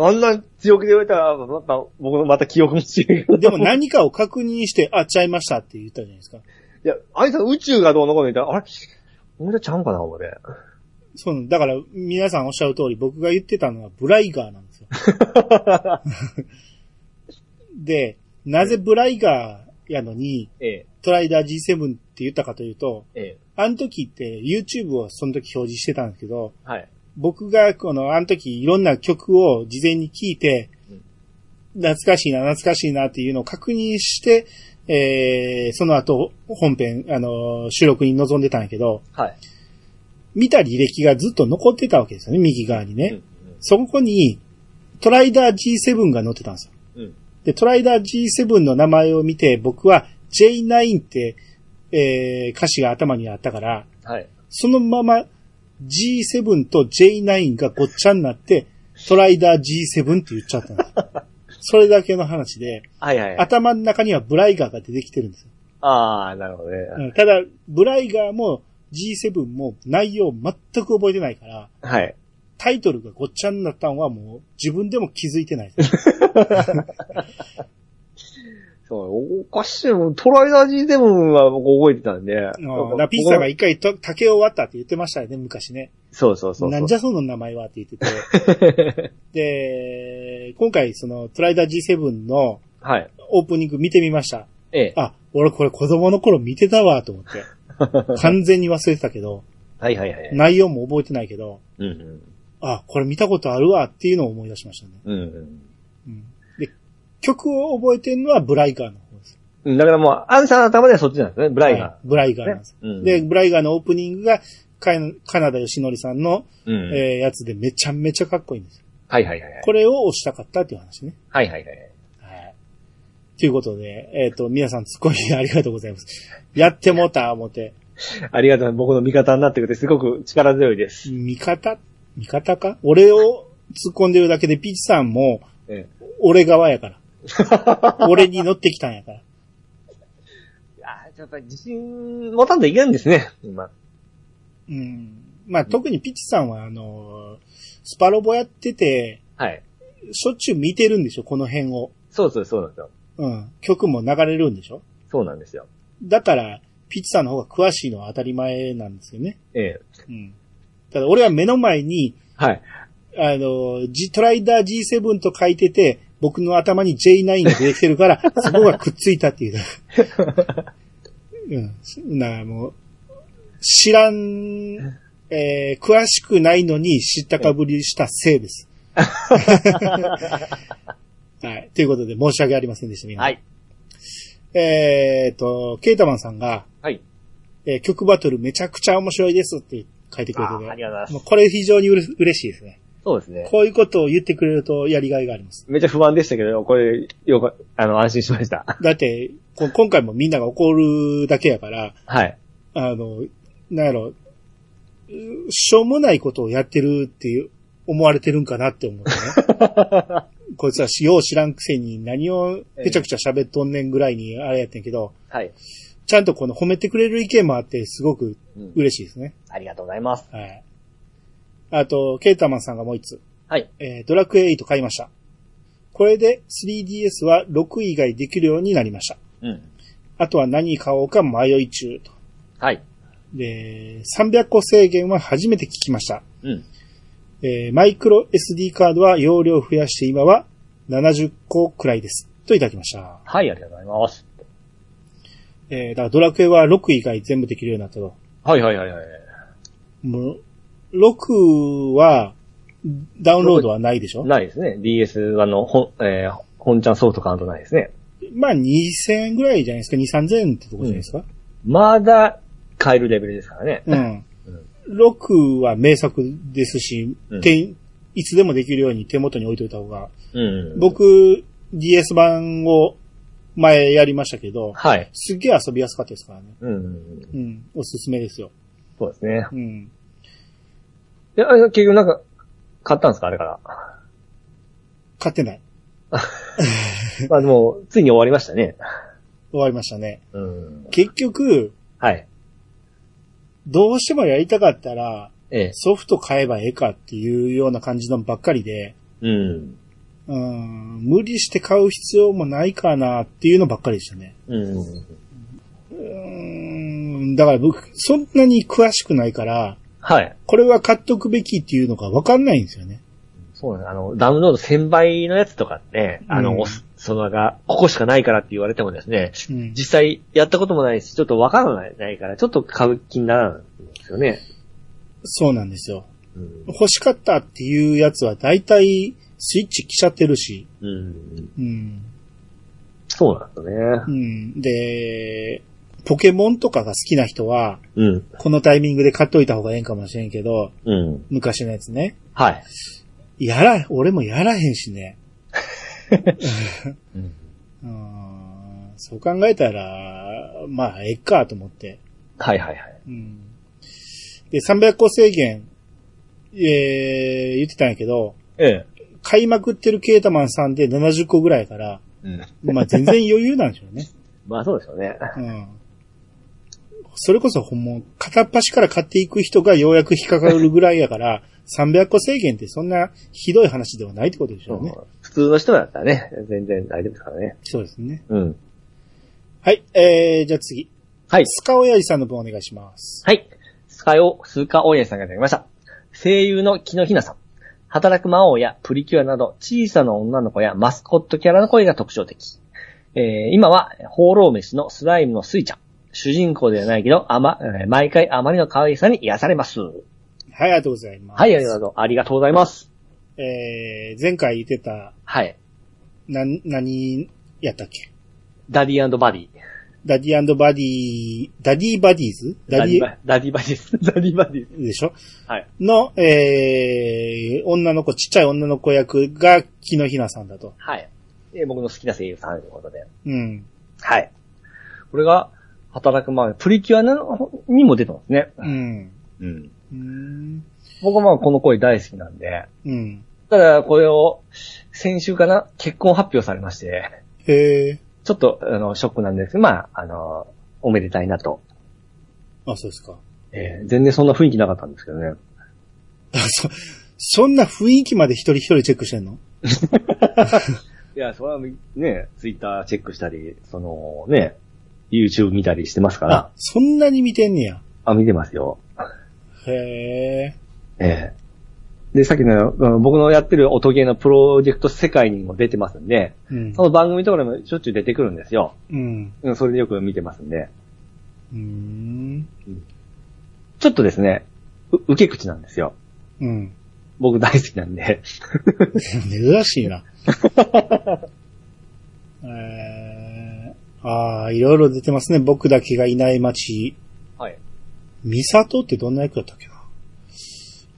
あんな強気で言われたら、また、僕のまた記憶も違いかな
でも何かを確認して、あ、ちゃいましたって言ったじゃないですか。
いや、あいつは宇宙がどうのこうの言ったら、あれ俺ちゃうんかな、思うて。
そうなんだから、皆さんおっしゃる通り、僕が言ってたのはブライガーなんですよ。 *laughs* で、なぜブライガーやのに、
ええ、
トライダー G7 って言ったかというと、
ええ、
あの時って YouTube をその時表示してたんですけど、
はい。
僕がこの、あの時いろんな曲を事前に聞いて
うん、
懐かしいな、懐かしいなっていうのを確認して、えー、その後本編、あのー収録に臨んでたんやけど、
はい。
見た履歴がずっと残ってたわけですよね、右側にね。
うん
そこに、トライダー G7 が載ってたんですよ。
うんうん。
で、トライダー G7 の名前を見て、僕は J9 って、えー、歌詞が頭にあったから、
はい。
そのまま G7 と J9 がごっちゃになって、トライダー G7 って言っちゃったん
*laughs*
ですよ。それだけの話で、
はいはい。あ
頭の中にはブライガーが出てきてるんですよ。
あー、なるほどね。
うんただ、ブライガーも G7 も内容全く覚えてないから、
はい。
タイトルがごっちゃになったんはもう自分でも気づいてないです。
そう、おかしいもん。トライダー G7 は僕覚えてたんで。
うんラピッサが一回と竹を割ったって言ってましたよね、昔ね。
そうそう *laughs* そうそう。
なんじゃその名前はって言ってて。で、今回そのトライダー G7 の
はい。
オープニング見てみました。
ええ。
あ、俺これ子供の頃見てたわと思って。完全に忘れてたけど、
はいはいはい。
内容も覚えてないけど、
うんうん。
あ、これ見たことあるわっていうのを思い出しましたね。
うんうん。
うん、で、曲を覚えてるのはブライガーの方です。
うんだからもう、アンサーの頭ではそっちなんですね。ブライ
は
が
い。ブライガーなんです。
うん
で、ブライガーのオープニングが、かカナダよしのりさんの、
うん。
えーやつでめちゃめちゃかっこいいんですよ。
はいはいはいはい。
これを押したかったっていう話ね。
はいはいはい。
はい。ということで、えっ、と、皆さんツッコミありがとうございます。やってもうた、思って。
ありがとうございます。僕の味方になってくれて、すごく力強いです。
味方味方か俺を突っ込んでるだけで、ピーチさんも、
え
俺側やから。俺に乗ってきたんやから。
え。ああ、やっぱり自信持たんといけないんですね、今。
うん。まあ、特にピーチさんは、あのースパロボやってて、
はい。
しょっちゅう見てるんでしょ、この辺を。
そうそうそうなんですよ。
うん。曲も流れるんでしょ。
そうなんですよ。
だから、ピーチさんの方が詳しいのは当たり前なんですよね。
ええ。
うん。ただ、俺は目の前に、
はい。
あの、G、トライダー G7 と書いてて、僕の頭に J9 が出てきてるから、そこがくっついたっていう。うん。なあ、もう、知らん、えー、詳しくないのに知ったかぶりしたせいです。はい。ということで、申し訳ありませんでした、皆さん。
はい。
えーっと、ケータマンさんが、
はい。
えー曲バトルめちゃくちゃ面白いですって書いてく
あ
れて
あ
ね
ありがとうござい
も
ま
う
す。
これ非常にうれ嬉しいですね。
そうですね。
こういうことを言ってくれるとやりがいがあります。
めっちゃ不安でしたけど、これ、よか、あの、安心しました。 *laughs*
だって、こ今回もみんなが怒るだけやから、
はい。
あの、なんやろ、うしょうもないことをやってるっていう、思われてるんかなって思ってね。
*laughs*
こいつはよう知らんくせに何をぺちゃくちゃ喋っとんねんぐらいにあれやってんけど、
はい。
ちゃんとこの褒めてくれる意見もあってすごく
うん。
嬉しいですね。
ありがとうございます。
はい。あと、ケータマンさんがもう一つ。
はい。
えードラクエ8買いました。これで 3DS は6以外できるようになりました。
うん。
あとは何買おうか迷い中と。
はい。
で、300個制限は初めて聞きました。
うん。
えーマイクロ SD カードは容量を増やして今は70個くらいです。といただきました。
はい、ありがとうございます。
えーだからドラクエは6以外全部できるようになったと。
はいはいはいはい。
もう、6はダウンロードはないでしょ
ないですね。DS あの、ほん、えー、本ちゃんソフト買うとないですね。
まあ2000円ぐらいじゃないですか。2、3000円ってとこじゃないですか。
まだ買えるレベルですからね。
うん。6は名作ですし、
うん
ていつでもできるように手元に置いといた方が。
うん。、
僕、DS 版を前やりましたけど、
はい。
すっげえ遊びやすかったですからね。
うん。
うん。おすすめですよ。
そうですね。
うん。
え、あれ結局なんか、買ったんですかあれ *laughs* から。
買ってない。
まあでも、ついに終わりましたね。
終わりましたね。
うん。
結局、
はい。
どうしてもやりたかったら、
ええ。
ソフト買えばええかっていうような感じのばっかりで、
うん。
うん、無理して買う必要もないかなっていうのばっかりでしたね。
うん。
うーんだから僕、そんなに詳しくないから、
はい。
これは買っとくべきっていうのかわかんないんですよね。
そうなんです。あの、ダウンロード1000倍のやつとかって、あの、
うん
そのが、ここしかないからって言われてもですね、
うん。
実際やったこともないし、ちょっとわからないないから、ちょっと買う気にならないんですよね。
そうなんですよ。
うん。
欲しかったっていうやつは大体スイッチ来ちゃってるし。
うん、
うん。
そうなんです
う
ね。
ん。で、ポケモンとかが好きな人は、
うん。
このタイミングで買っといた方がええんかもしれんけど、
うん。
昔のやつね。
はい。
やら、俺もやらへんしね。
うん
うんそう考えたら、まあ、ええかと思って。
はいはいはい。
うん。で、300個制限、えー、言ってたんやけど、
ええ。
買いまくってるケータマンさんで70個ぐらいやから、
うん。
まあ全然余裕なんでしょうね。
*laughs* まあそうですよね。
うん。それこそ、ほんもう、片っ端から買っていく人がようやく引っかかるぐらいやから、300個制限ってそんなひどい話ではないってことでしょうね。
普通の人だったらね、全然大丈夫ですからね。
そうですね。
うん。
はい、えー、じゃあ次。
はい。
スカオヤジさんの分お願いします。
はい。スカオ、スカオーエンさんがいただきました。声優の木野ひなさん。働く魔王やプリキュアなど小さな女の子やマスコットキャラの声が特徴的。えー今は、放浪飯のスライムのスイちゃん。主人公ではないけど、あま、えー毎回あまりの可愛さに癒されます。は
はい、ありがとうございます。
い、ありがとうありがとうございます。
えー、前回言ってた、
はい。
な、何やったっけ
ダディバディ。
ダディバディ、ダディバディーズダディ
バダディバディです。 *laughs* ダディバディです。
でしょ
はい。
の、えー、女の子、ちっちゃい女の子役が木野ひなさんだと。
はい。えー僕の好きな声優さんということで。
うん。
はい。これが、働く前、プリキュアなのにも出てますね。
うん。
うん。
うん。
僕はまあこの声大好きなんで。
うん。
ただ、これを、先週かな、結婚発表されまして、
へえ。
ちょっと、あの、ショックなんですけど、まあ、あの、おめでたいなと。
あ、そうですか。
えー全然そんな雰囲気なかったんですけどね。
あ、そ、そんな雰囲気まで一人一人チェックしてんの
いや、それはね、ツイッターチェックしたり、そのね、YouTube 見たりしてますか
あ、、そんなに見てんねや。
あ、見てますよ。
へえ。
ええで、さっきの、あの僕のやってる音ゲーのプロジェクト世界にも出てますんで、
うん
そ。の番組とかでもしょっちゅう出てくるんですよ。
うん。
うん、それでよく見てますんで。
うん。
ちょっとですね、う受け口なんですよ。
うん。
僕大好きなんで。
*laughs* 珍しいな。えー、ああ、いろいろ出てますね。僕だけがいない街。
はい。
ミサトってどんな役だったっけな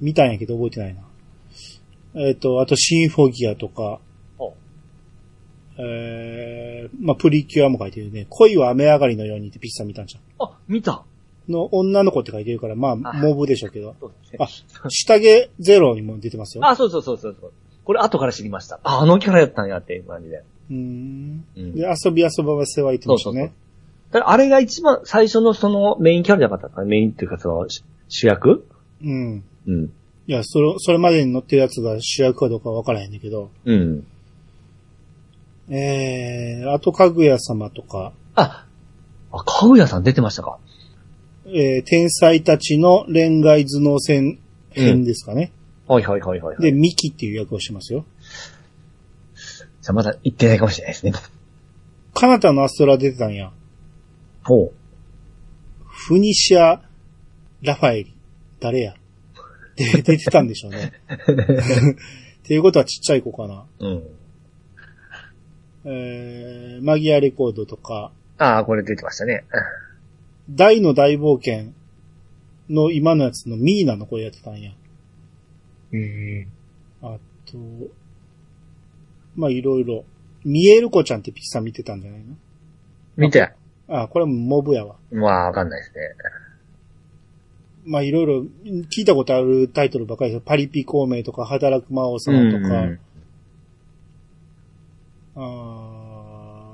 見たんやけど覚えてないな。えっ、と、あとシンフォギアとか
お、
えー、まあ、プリキュアも書いてるね。恋は雨上がりのようにってピッサ見たんじゃ
あ、見た
ん。の女の子って書いてるから、まあ、
あ
モブでしょうけど。
そうですね
あ、下着ゼロにも出てますよ。
あ、そうそうそうそうそう。これ後から知りました。あ、あのキャラやったんやっていう感じで。
うーん。
うん
で、遊び遊ばば世話言ってましたね。
だからあれが一番最初のそのメインキャラじゃなかったかなメインっていうかそのし主役
うん。
うん。
いや、それ、それまでに乗ってるやつが主役かどうかわからへんねんけど。
うん。
えー、あと、かぐや様とか、
あ、あ、かぐやさん出てましたか
えー、天才たちの恋愛頭脳戦編ですかね。
はいはいはいはい、はい。
で、
で、
ミキっていう役をしますよ。
じゃあまだ行ってないかもしれないですね。
カナタのアストラ出てたんや。
ほう。
フニシア・ラファエリ。誰やで、出てたんでしょうね。っていうことはちっちゃい子かな。
うん。
えー、マギアレコードとか、
ああ、これ出てましたね。
大の大冒険の今のやつのミーナの声やってたんや。
うん。
あと、まあ、いろいろ。見える子ちゃんってピッサ見てたんじゃないの
見て。
あ、これもモブやわ。
まあ、わかんないですね。
まあ、いろいろ聞いたことあるタイトルばかりですよパリピ孔明とか、働く魔王様とか。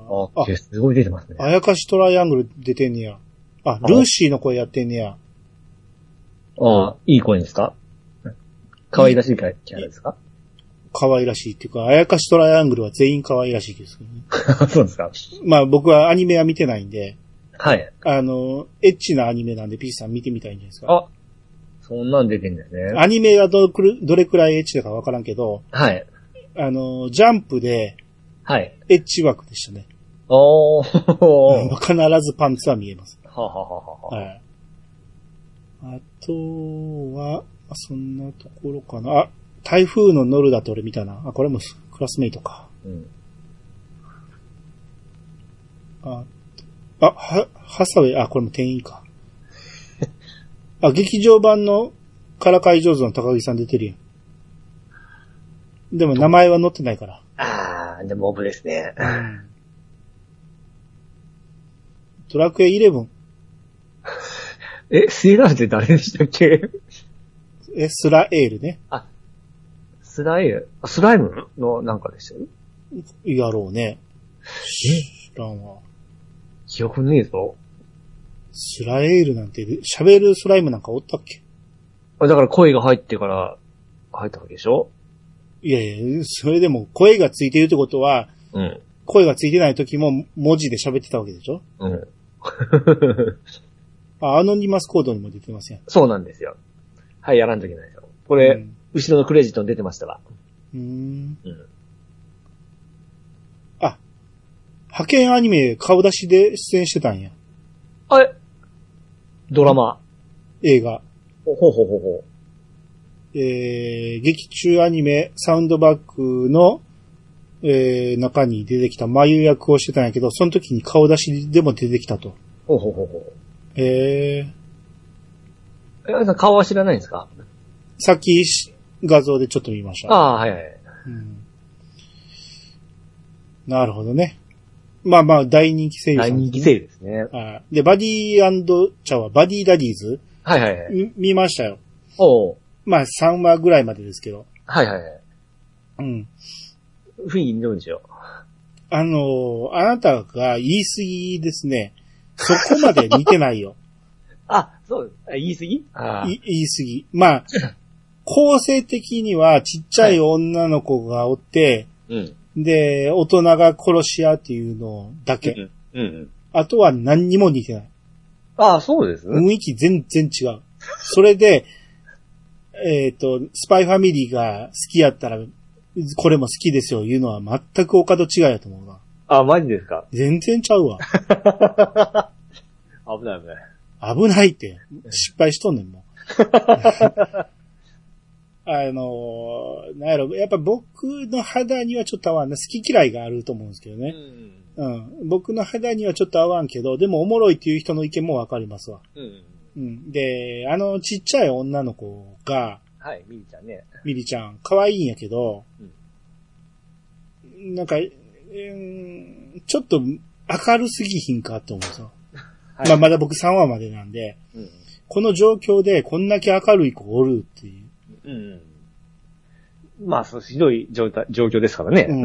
あー
あ、すごい出てますね
あ、。あやかしトライアングル出てんねや。あ、ルーシーの声やってんねや。
ああ、いい声ですか可愛らしいキャラですか
可愛らしいっていうか、あやかしトライアングルは全員可愛らしいですけどね。
*laughs* そうですか
まあ、僕はアニメは見てないんで、
はい。
あの、エッチなアニメなんで、ピーチさん見てみたいんじゃないですか。
あ、そんなん出てんだよね。
アニメはどれくるどれくらいエッチだかわからんけど、
はい。
あの、ジャンプで
はい。
エッチ枠でしたね。
お
*laughs*
ー。
うん
は
必ずパンツは見えます。
はははは。
はい。あとは、あそんなところかな。あ、台風のノルだって俺見たな。あ、これもクラスメイトか。
うん。
あ、あは、ハサウェイ、あ、これも店員か。あ、劇場版のからかい上手の高木さん出てるやん。でも名前は載ってないから。
あー、でもオブですね。
ドラクエ11。
*laughs* え、スエラーって誰でしたっけ
え、スラエールね。
スライム、あスライムのなんかでしたよ。
やろうね。知らんわ。
記憶ねえぞ。
スラエールなんて、喋るスライムなんかおったっけ
あだから声が入ってから入ったわけでしょ
いやいや、それでも声がついてるってことは、
うん。
声がついてない時も文字で喋ってたわけでしょ
うん。 *laughs*
あアノニマスコードにも出てません。
そうなんですよ。はい、やらんといけないよ。これ、後ろのクレジットに出てましたわ。
うん、うーん
うん。
あ、派遣アニメ顔出しで出演してたんや。
あれドラマ。
映画。
ほうほうほうほ
えー、劇中アニメ、サウンドバックの、えー、中に出てきた眉役をしてたんやけど、その時に顔出しでも出てきたと。
う。ほうほうほうほ
えー、
う。え、あなた顔は知らないんですか
さっきし画像でちょっと見ました。
ああー、はいはい。
うんなるほどね。まあまあ、大人気声優さん、
大人気声優ですね。
あーで、バディチャはバディダディーズ
はいはいはい。
み見ましたよ。
おう
まあ3話ぐらいまでですけど。
はいはいはい。
うん。
雰囲気どうでしょ
あのーあなたが言い過ぎですね。そこまで似てないよ。
う。あ、そうです。あ言い過ぎ *laughs* あー
い言い過ぎ。まあ、構成的にはちっちゃい女の子がおって、
うん。
で、大人が殺し屋っていうのだけ。
うん。うん。
あとは何にも似てない。
ああ、そうです。
雰囲気全然違う。それで、えっ、と、スパイファミリーが好きやったら、これも好きですよ、いうのは全くお門違いやと思うな。
あ、マジですか
全然ちゃうわ。
危ない危ない。
危ないって。失敗しとんねん、もう。 *laughs* あのーなんやろ、やっぱ僕の肌にはちょっと合わんな。好き嫌いがあると思うんですけど
う
ね。
ん。
うん。僕の肌にはちょっと合わんけど、でもおもろいっていう人の意見もわかりますわ。
うん。
うん。で、あのちっちゃい女の子が、
はい、みーちゃんね。
ミリちゃん、可愛いんやけど、なんか、えーちょっと明るすぎひんかって思うさ。
はい
まあまだ僕3話までなんで、
うん。
この状況でこんだけ明るい子おるっていう。
うん。まあ、そう、ひどい状態、状況ですからね。
う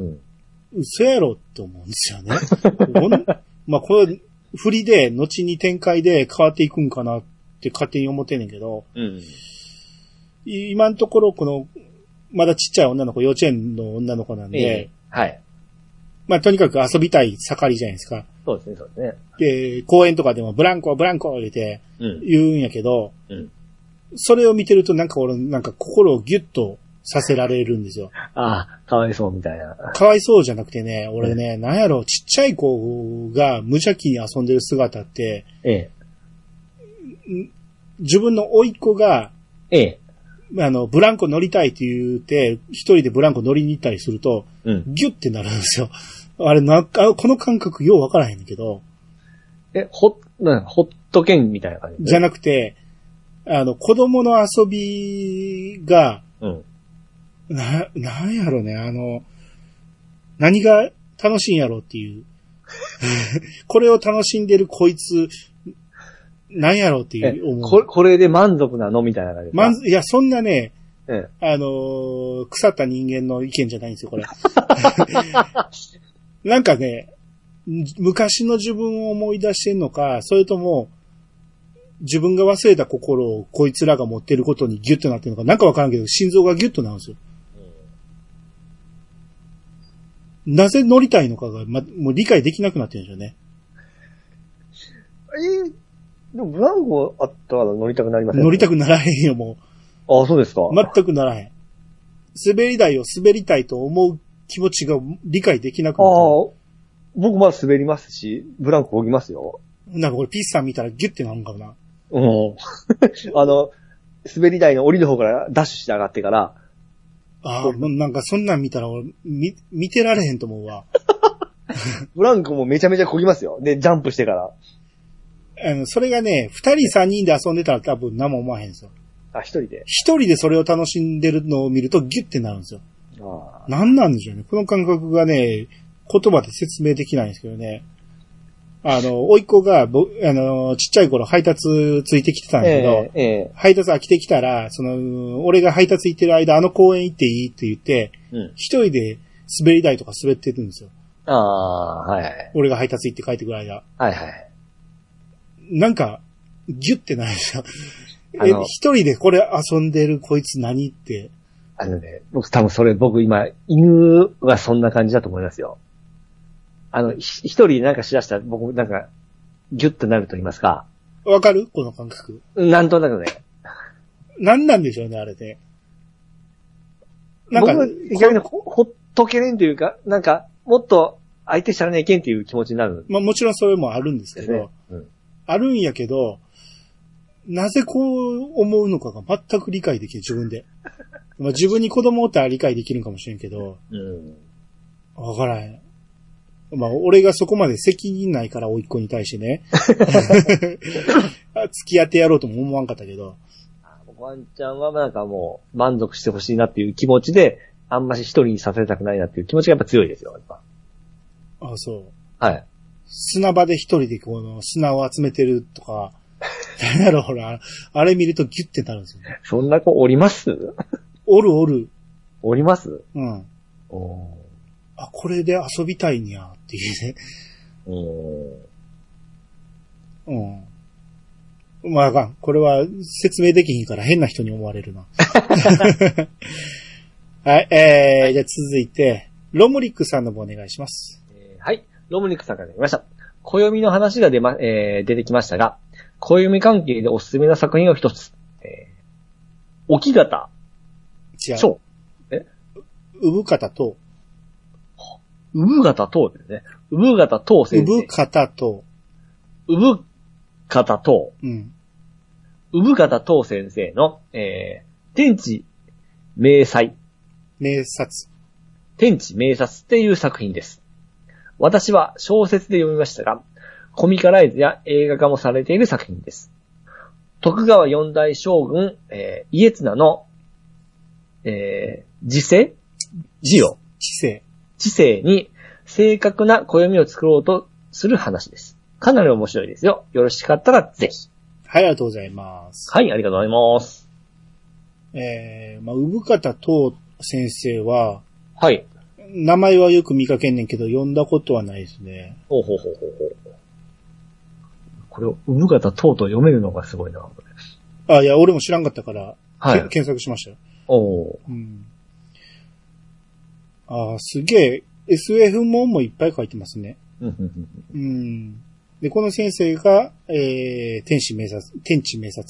ん。
うん。
嘘やろって思うんですよね。ほん *laughs* まあこれ、振りで、後に展開で変わっていくんかなって勝手に思ってんねんけど、
うん。
い今のところこの、まだちっちゃい女の子、幼稚園の女の子なんで、
ええはい。
まあとにかく遊びたい盛りじゃないですか。
そうですね、そうですね。
で、公園とかでもブランコ、ブランコ言うて
うん。
言うんやけど、
うん
それを見てるとなんか俺、なんか心をギュッとさせられるんですよ。
ああ、かわいそうみたいな。
かわいそうじゃなくてね、俺ね、なんやろ、ちっちゃい子が無邪気に遊んでる姿って、
ええ。
自分の甥いっ子が、
ええ。
あの、ブランコ乗りたいって言うて、一人でブランコ乗りに行ったりすると、
うん。
ギュッてなるんですよ。あれ、なんか、この感覚ようわからへんねんけど、
え、ほ、な、ほっとけんみたいな感じ
じゃ
な、
なくて、あの、子供の遊びが、
うん。
な、なんやろね、あの、何が楽しいんやろっていう。 *laughs* これを楽しんでるこいつ、なんやろって
え
いう、思
これ、
う。
これで満足なのみたいな感じですか
まず、いや、そんなね、
え
あのー腐った人間の意見じゃないんですよ、これ。なんかね、昔の自分を思い出してんのか、それとも、自分が忘れた心をこいつらが持ってることにギュッとなってるのか、なんかわからんけど、心臓がギュッとなるんですよ。なぜ乗りたいのかが、ま、もう理解できなくなってるんでしょうね。
え。えでもブランコあったら乗りたくなりません
乗りた
く。
くならへんよ、も
ああ、そうですか。
う。全くならへん。滑り台を滑りたいと思う気持ちが理解できなく
ああ
なる。、
僕まあ滑りますし、ブランコ漕ぎますよ。
なんかこれピースさん見たらギュってなるんかもな。
うん。 *laughs* あの、滑り台の降りる方からダッシュして上がってから、
ああ、もうなんかそんなん見たら俺、み、見てられへんと思うわ。
ブランコもめちゃめちゃ漕ぎますよ。で、ジャンプしてから。
あの、それがね、二人三人で遊んでたら多分何も思わへんですよ。
あ、一人で。
一人でそれを楽しんでるのを見るとギュってなるんですよ。
ああ。
なんなんでしょうね。この感覚がね、言葉で説明できないんですけどね。あの、甥いっ子が、ぼあの、ちっちゃい頃配達ついてきてたんだけど、
ええ、ええ。
配達飽きてきたら、その、俺が配達行ってる間、あの公園行っていいって言って、
うん。
一人で滑り台とか滑ってるんですよ。
ああ、はいはい。
俺が配達行って帰ってくる間。
はいはい。
なんか、ギュってないですよ。
あ
え
の、
一人でこれ遊んでるこいつ何って。
あのね、僕多分それ、僕今、犬がそんな感じだと思いますよ。あの、ひ一人なんかしだしたら、僕なんか、ギュッとなると言いますか。
わかるこの感覚。
なんとなくね。
なんなんでしょうね、あれね。なんか、
僕逆にほほっとけれんというか、なんか、もっと相手しちゃらねえけんっていう気持ちになるん
まあもちろんそれもあるんです
で
け
す
ど、
ね。うん
あるんやけど、なぜこう思うのかが全く理解できる、自分で。まあ自分に子供おったら理解できるんかもしれんけど、
うん。
わからへん。まあ俺がそこまで責任ないから、甥いっ子に対して *laughs* ね。付き合ってやろうとも思わんかったけど。
ワンちゃんはなんかもう満足してほしいなっていう気持ちで、あんまし一人にさせたくないなっていう気持ちがやっぱ強いですよ、やっぱ
あそう。
はい。
砂場で一人でこの砂を集めてるとか、なんやろ、ほら、あれ見るとギュってなるんですよね。
そんな子おります
おるおる。
おります
うん。
お
あ、これで遊びたいんや、っていうね。
お
うん。まああかん。これは説明できひんから変な人に思われるな。
*laughs*
はい、えー、じゃあ続いて、ロムリックさんの方お願いします。
えーはい。ロムニックさんからいました。暦の話が出ま、えー出てきましたが、暦関係でおすすめな作品を一つ。えー、置き型。
違う。。
そう
産方と、
う。産型等ですね。産型等先生。
産方と、
産型等。
うん。
産方等先生の、えー、天地明細。
名察。
天地明察っていう作品です。私は小説で読みましたが、コミカライズや映画化もされている作品です。徳川四代将軍、えー家綱の、えー、時世字を、
知性。
知性に正確な暦を作ろうとする話です。かなり面白いですよ。よろしかったらぜひ。
はい、ありがとうございます。
はい、ありがとうございます。
えー、まあ、産方と先生は、
はい。
名前はよく見かけんねんけど、読んだことはないですね。
ほうほうほうほうほう。これを、産方とうとう読めるのがすごいな。
あ、いや、俺も知らんかったから、
は
け
い。
検索しましたよ。
おー
うん。あーすげえ、SF ももいっぱい書いてますね。
うんうんうんうん
うん。で、この先生が、えー、天使名察、天地名察。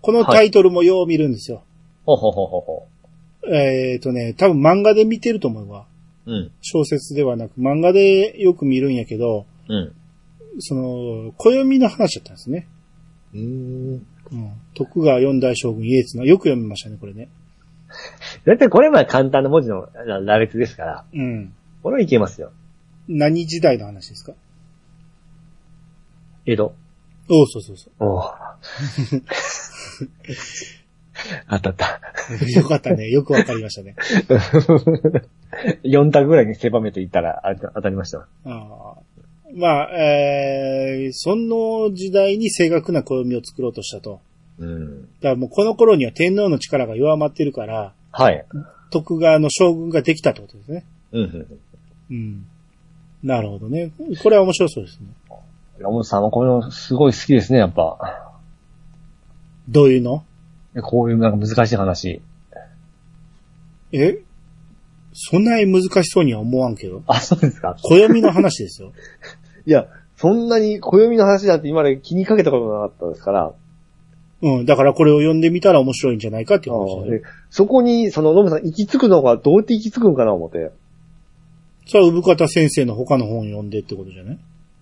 このタイトルもよう見るんですよ。
ほうほうほうほうほ
えーとね、多分漫画で見てると思うわ。
う。うん。
小説ではなく、漫画でよく見るんやけど、
うん。
その、暦の話だったんですね。
うん。
うん。徳川四代将軍家綱。よく読みましたね、これね。
だいたいこれまで簡単な文字のら羅列ですから、
うん。
これはいけますよ。
何時代の話ですか *laughs*
江戸。
おうそうそうそ
お *laughs* ーあったあ *laughs* った。
う。よかったね。よくわかりましたね。
4択ぐらいに狭めていったらあ当たりました。
ああまあ、えー、その時代に正確な暦を作ろうとしたと。
う
だ
ん。
からもうこの頃には天皇の力が弱まってるから、
はい。
徳川の将軍ができたってことですね。
うん
う
うん。
ん。なるほどね。これは面白そうですね。
ラモンさんはこういうのすごい好きですね、やっぱ。
どういうの
こういうなんか難しい話。
えそんなに難しそうには思わんけど。
あ、そうですか
暦の話ですよ。 *laughs*
いや、そんなに暦の話なんて今まで気にかけたことなかったですから、
うん。だからこれを読んでみたら面白いんじゃないかっていう話だね。
でそこに、その、ノムさん行き着くのがどうやって行き着くんかな思って。ああ、
それは産方先生の他の本読んでってことじゃない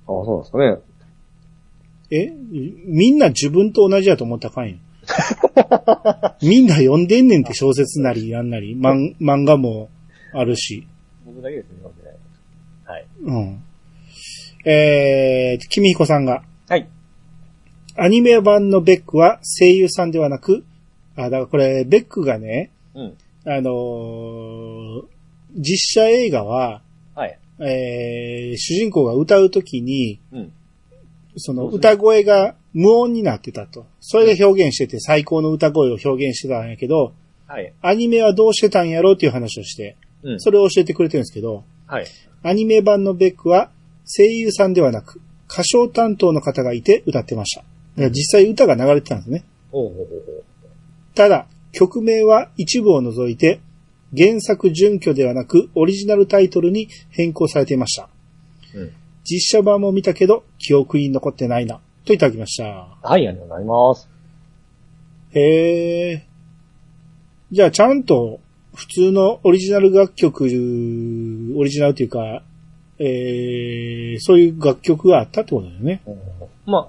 そうなんですかね。
えみんな自分と同じやと思ったらあかんよ。みんな読んでんねんって小説なりなんなり、まん漫画もあるし。
僕だけですね、読んでな
う
い。
ん。えー、君彦さんが、
はい。
アニメ版のベックは声優さんではなく、あ、だからこれ、ベックがね、
うん。
あのー実写映画は、
はい。
えー、主人公が歌うときに、
うん。
その歌声が無音になってたと。それで表現してて、最高の歌声を表現してたんやけど、
はい。
アニメはどうしてたんやろうっていう話をして、
うん。
それを教えてくれてるんですけど、
はい。
アニメ版のベックは声優さんではなく、歌唱担当の方がいて歌ってました。だから実際歌が流れてたんですね。
ほうほうほう
ただ、曲名は一部を除いて、原作準拠ではなくオリジナルタイトルに変更されていました。
ほう。うん。
実写版も見たけど、記憶に残ってないな。といただきました。
はい、ありがとうございます。
へえ。じゃあちゃんと普通のオリジナル楽曲、オリジナルというか、えー、そういう楽曲があったってことだよね。
まあ、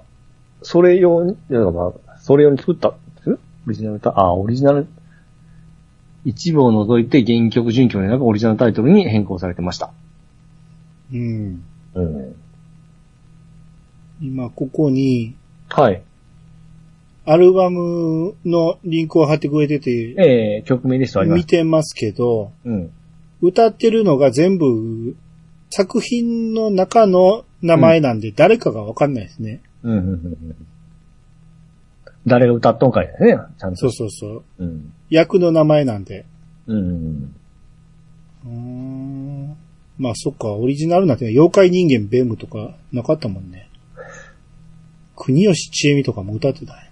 それ用に、いやまあ、それ用に作った、んオリジナルタ、あ、オリジナル、一部を除いて原曲準拠でなくオリジナルタイトルに変更されてました。
うん。
うん。
今ここに、
はい。
アルバムのリンクを貼ってくれてて、
えー、曲名リストありま
見
す。
てますけど、
うん。
歌ってるのが全部、作品の中の名前なんで、誰かがわかんないですね。
うん、うん、うんうん。誰が歌っとんかいだよね、ちゃんと。
そうそうそう。
うん。
役の名前なんで。
うんうん。
うーん。まあそっか、オリジナルなんて、妖怪人間ベムとかなかったもんね。国吉千恵美とかも歌ってたね。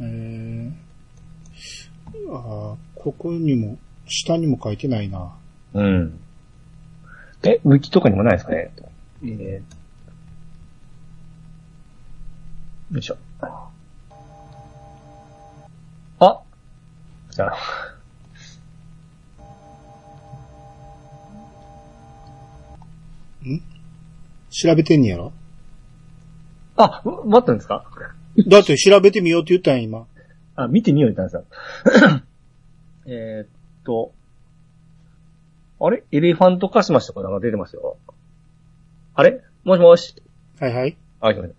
えー、あーここにも、下にも書いてないな。
うん。うんえ、ウィキとかにもないですかねえーよいしょ。あじゃあ。
調べてんねやろ
あ、う待ったんですか
だって調べてみようって言ったんや、今。
あ、見てみよう言ったんですよ。 *coughs* えーっと、あれエレファントカシマシとかなんか出てますよ。あれもしもし
はいはい。
あ、ごめん。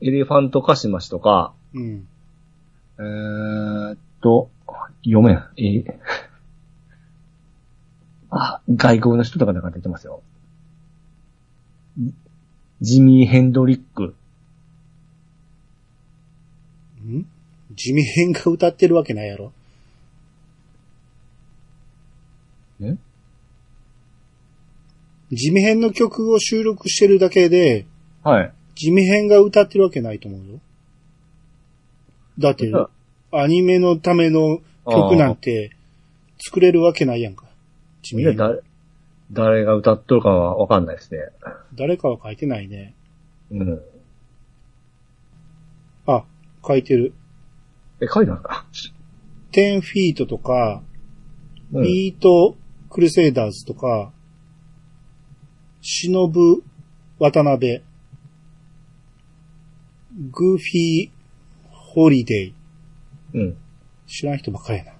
エレファントカシマシとか、
うん。
えーっと、読めん。えーあ、外国の人とかなんか出てますよ。ジミー・ヘンドリック。
ん地味編が歌ってるわけないやろ。
え
地味編の曲を収録してるだけで、
はい。
地味編が歌ってるわけないと思うよ。だって、アニメのための曲なんて作れるわけないやんか。地味
いや、
編。
だ、誰が歌っとるかはわかんないですね。
誰かは書いてないね。
うん。
あ、書いてる。
え、書いてあるか。
10フィートとか、
うん。
ビートクルセイダーズとか、忍ぶ渡辺、グーフィーホリデイ、
うん。
知らん人ばっかりやな。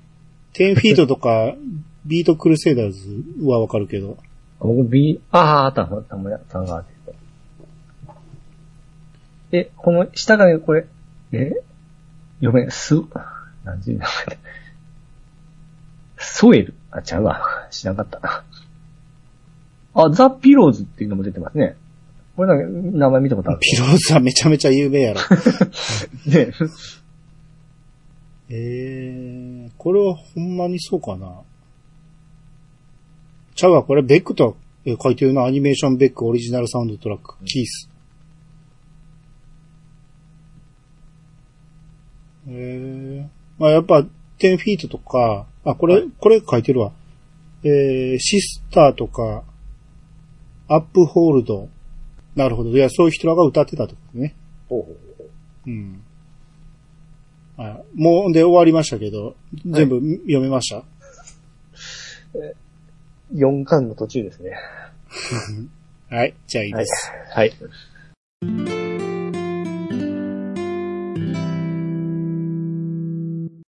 10フィートとか、ビートクルセイダーズはわかるけど、
僕 B、あーあった、たたまたがえ、この下がね、これ、え読めん、す、何時だっけソエル。あ、ちゃうわ。知らなかったな。あ、ザ・ピローズっていうのも出てますね。これなんか、名前見たこと *laughs* ある。
ピローズはめちゃめちゃ有名やろ。
ね。
えー、これはほんまにそうかな。ちゃうわ、これベックとえ書いてるな、アニメーションベックオリジナルサウンドトラック、キース。えー、まあやっぱ、10フィートとか、あ、これ、これ書いてるわ。えー、シスターとか、アップホールド。なるほど。いや、そういう人らが歌ってたってことね。
ほうほうほう
うん。あもう、で終わりましたけど、全部読めました、
4巻の途中ですね。
はい、じゃあいいです。
はい。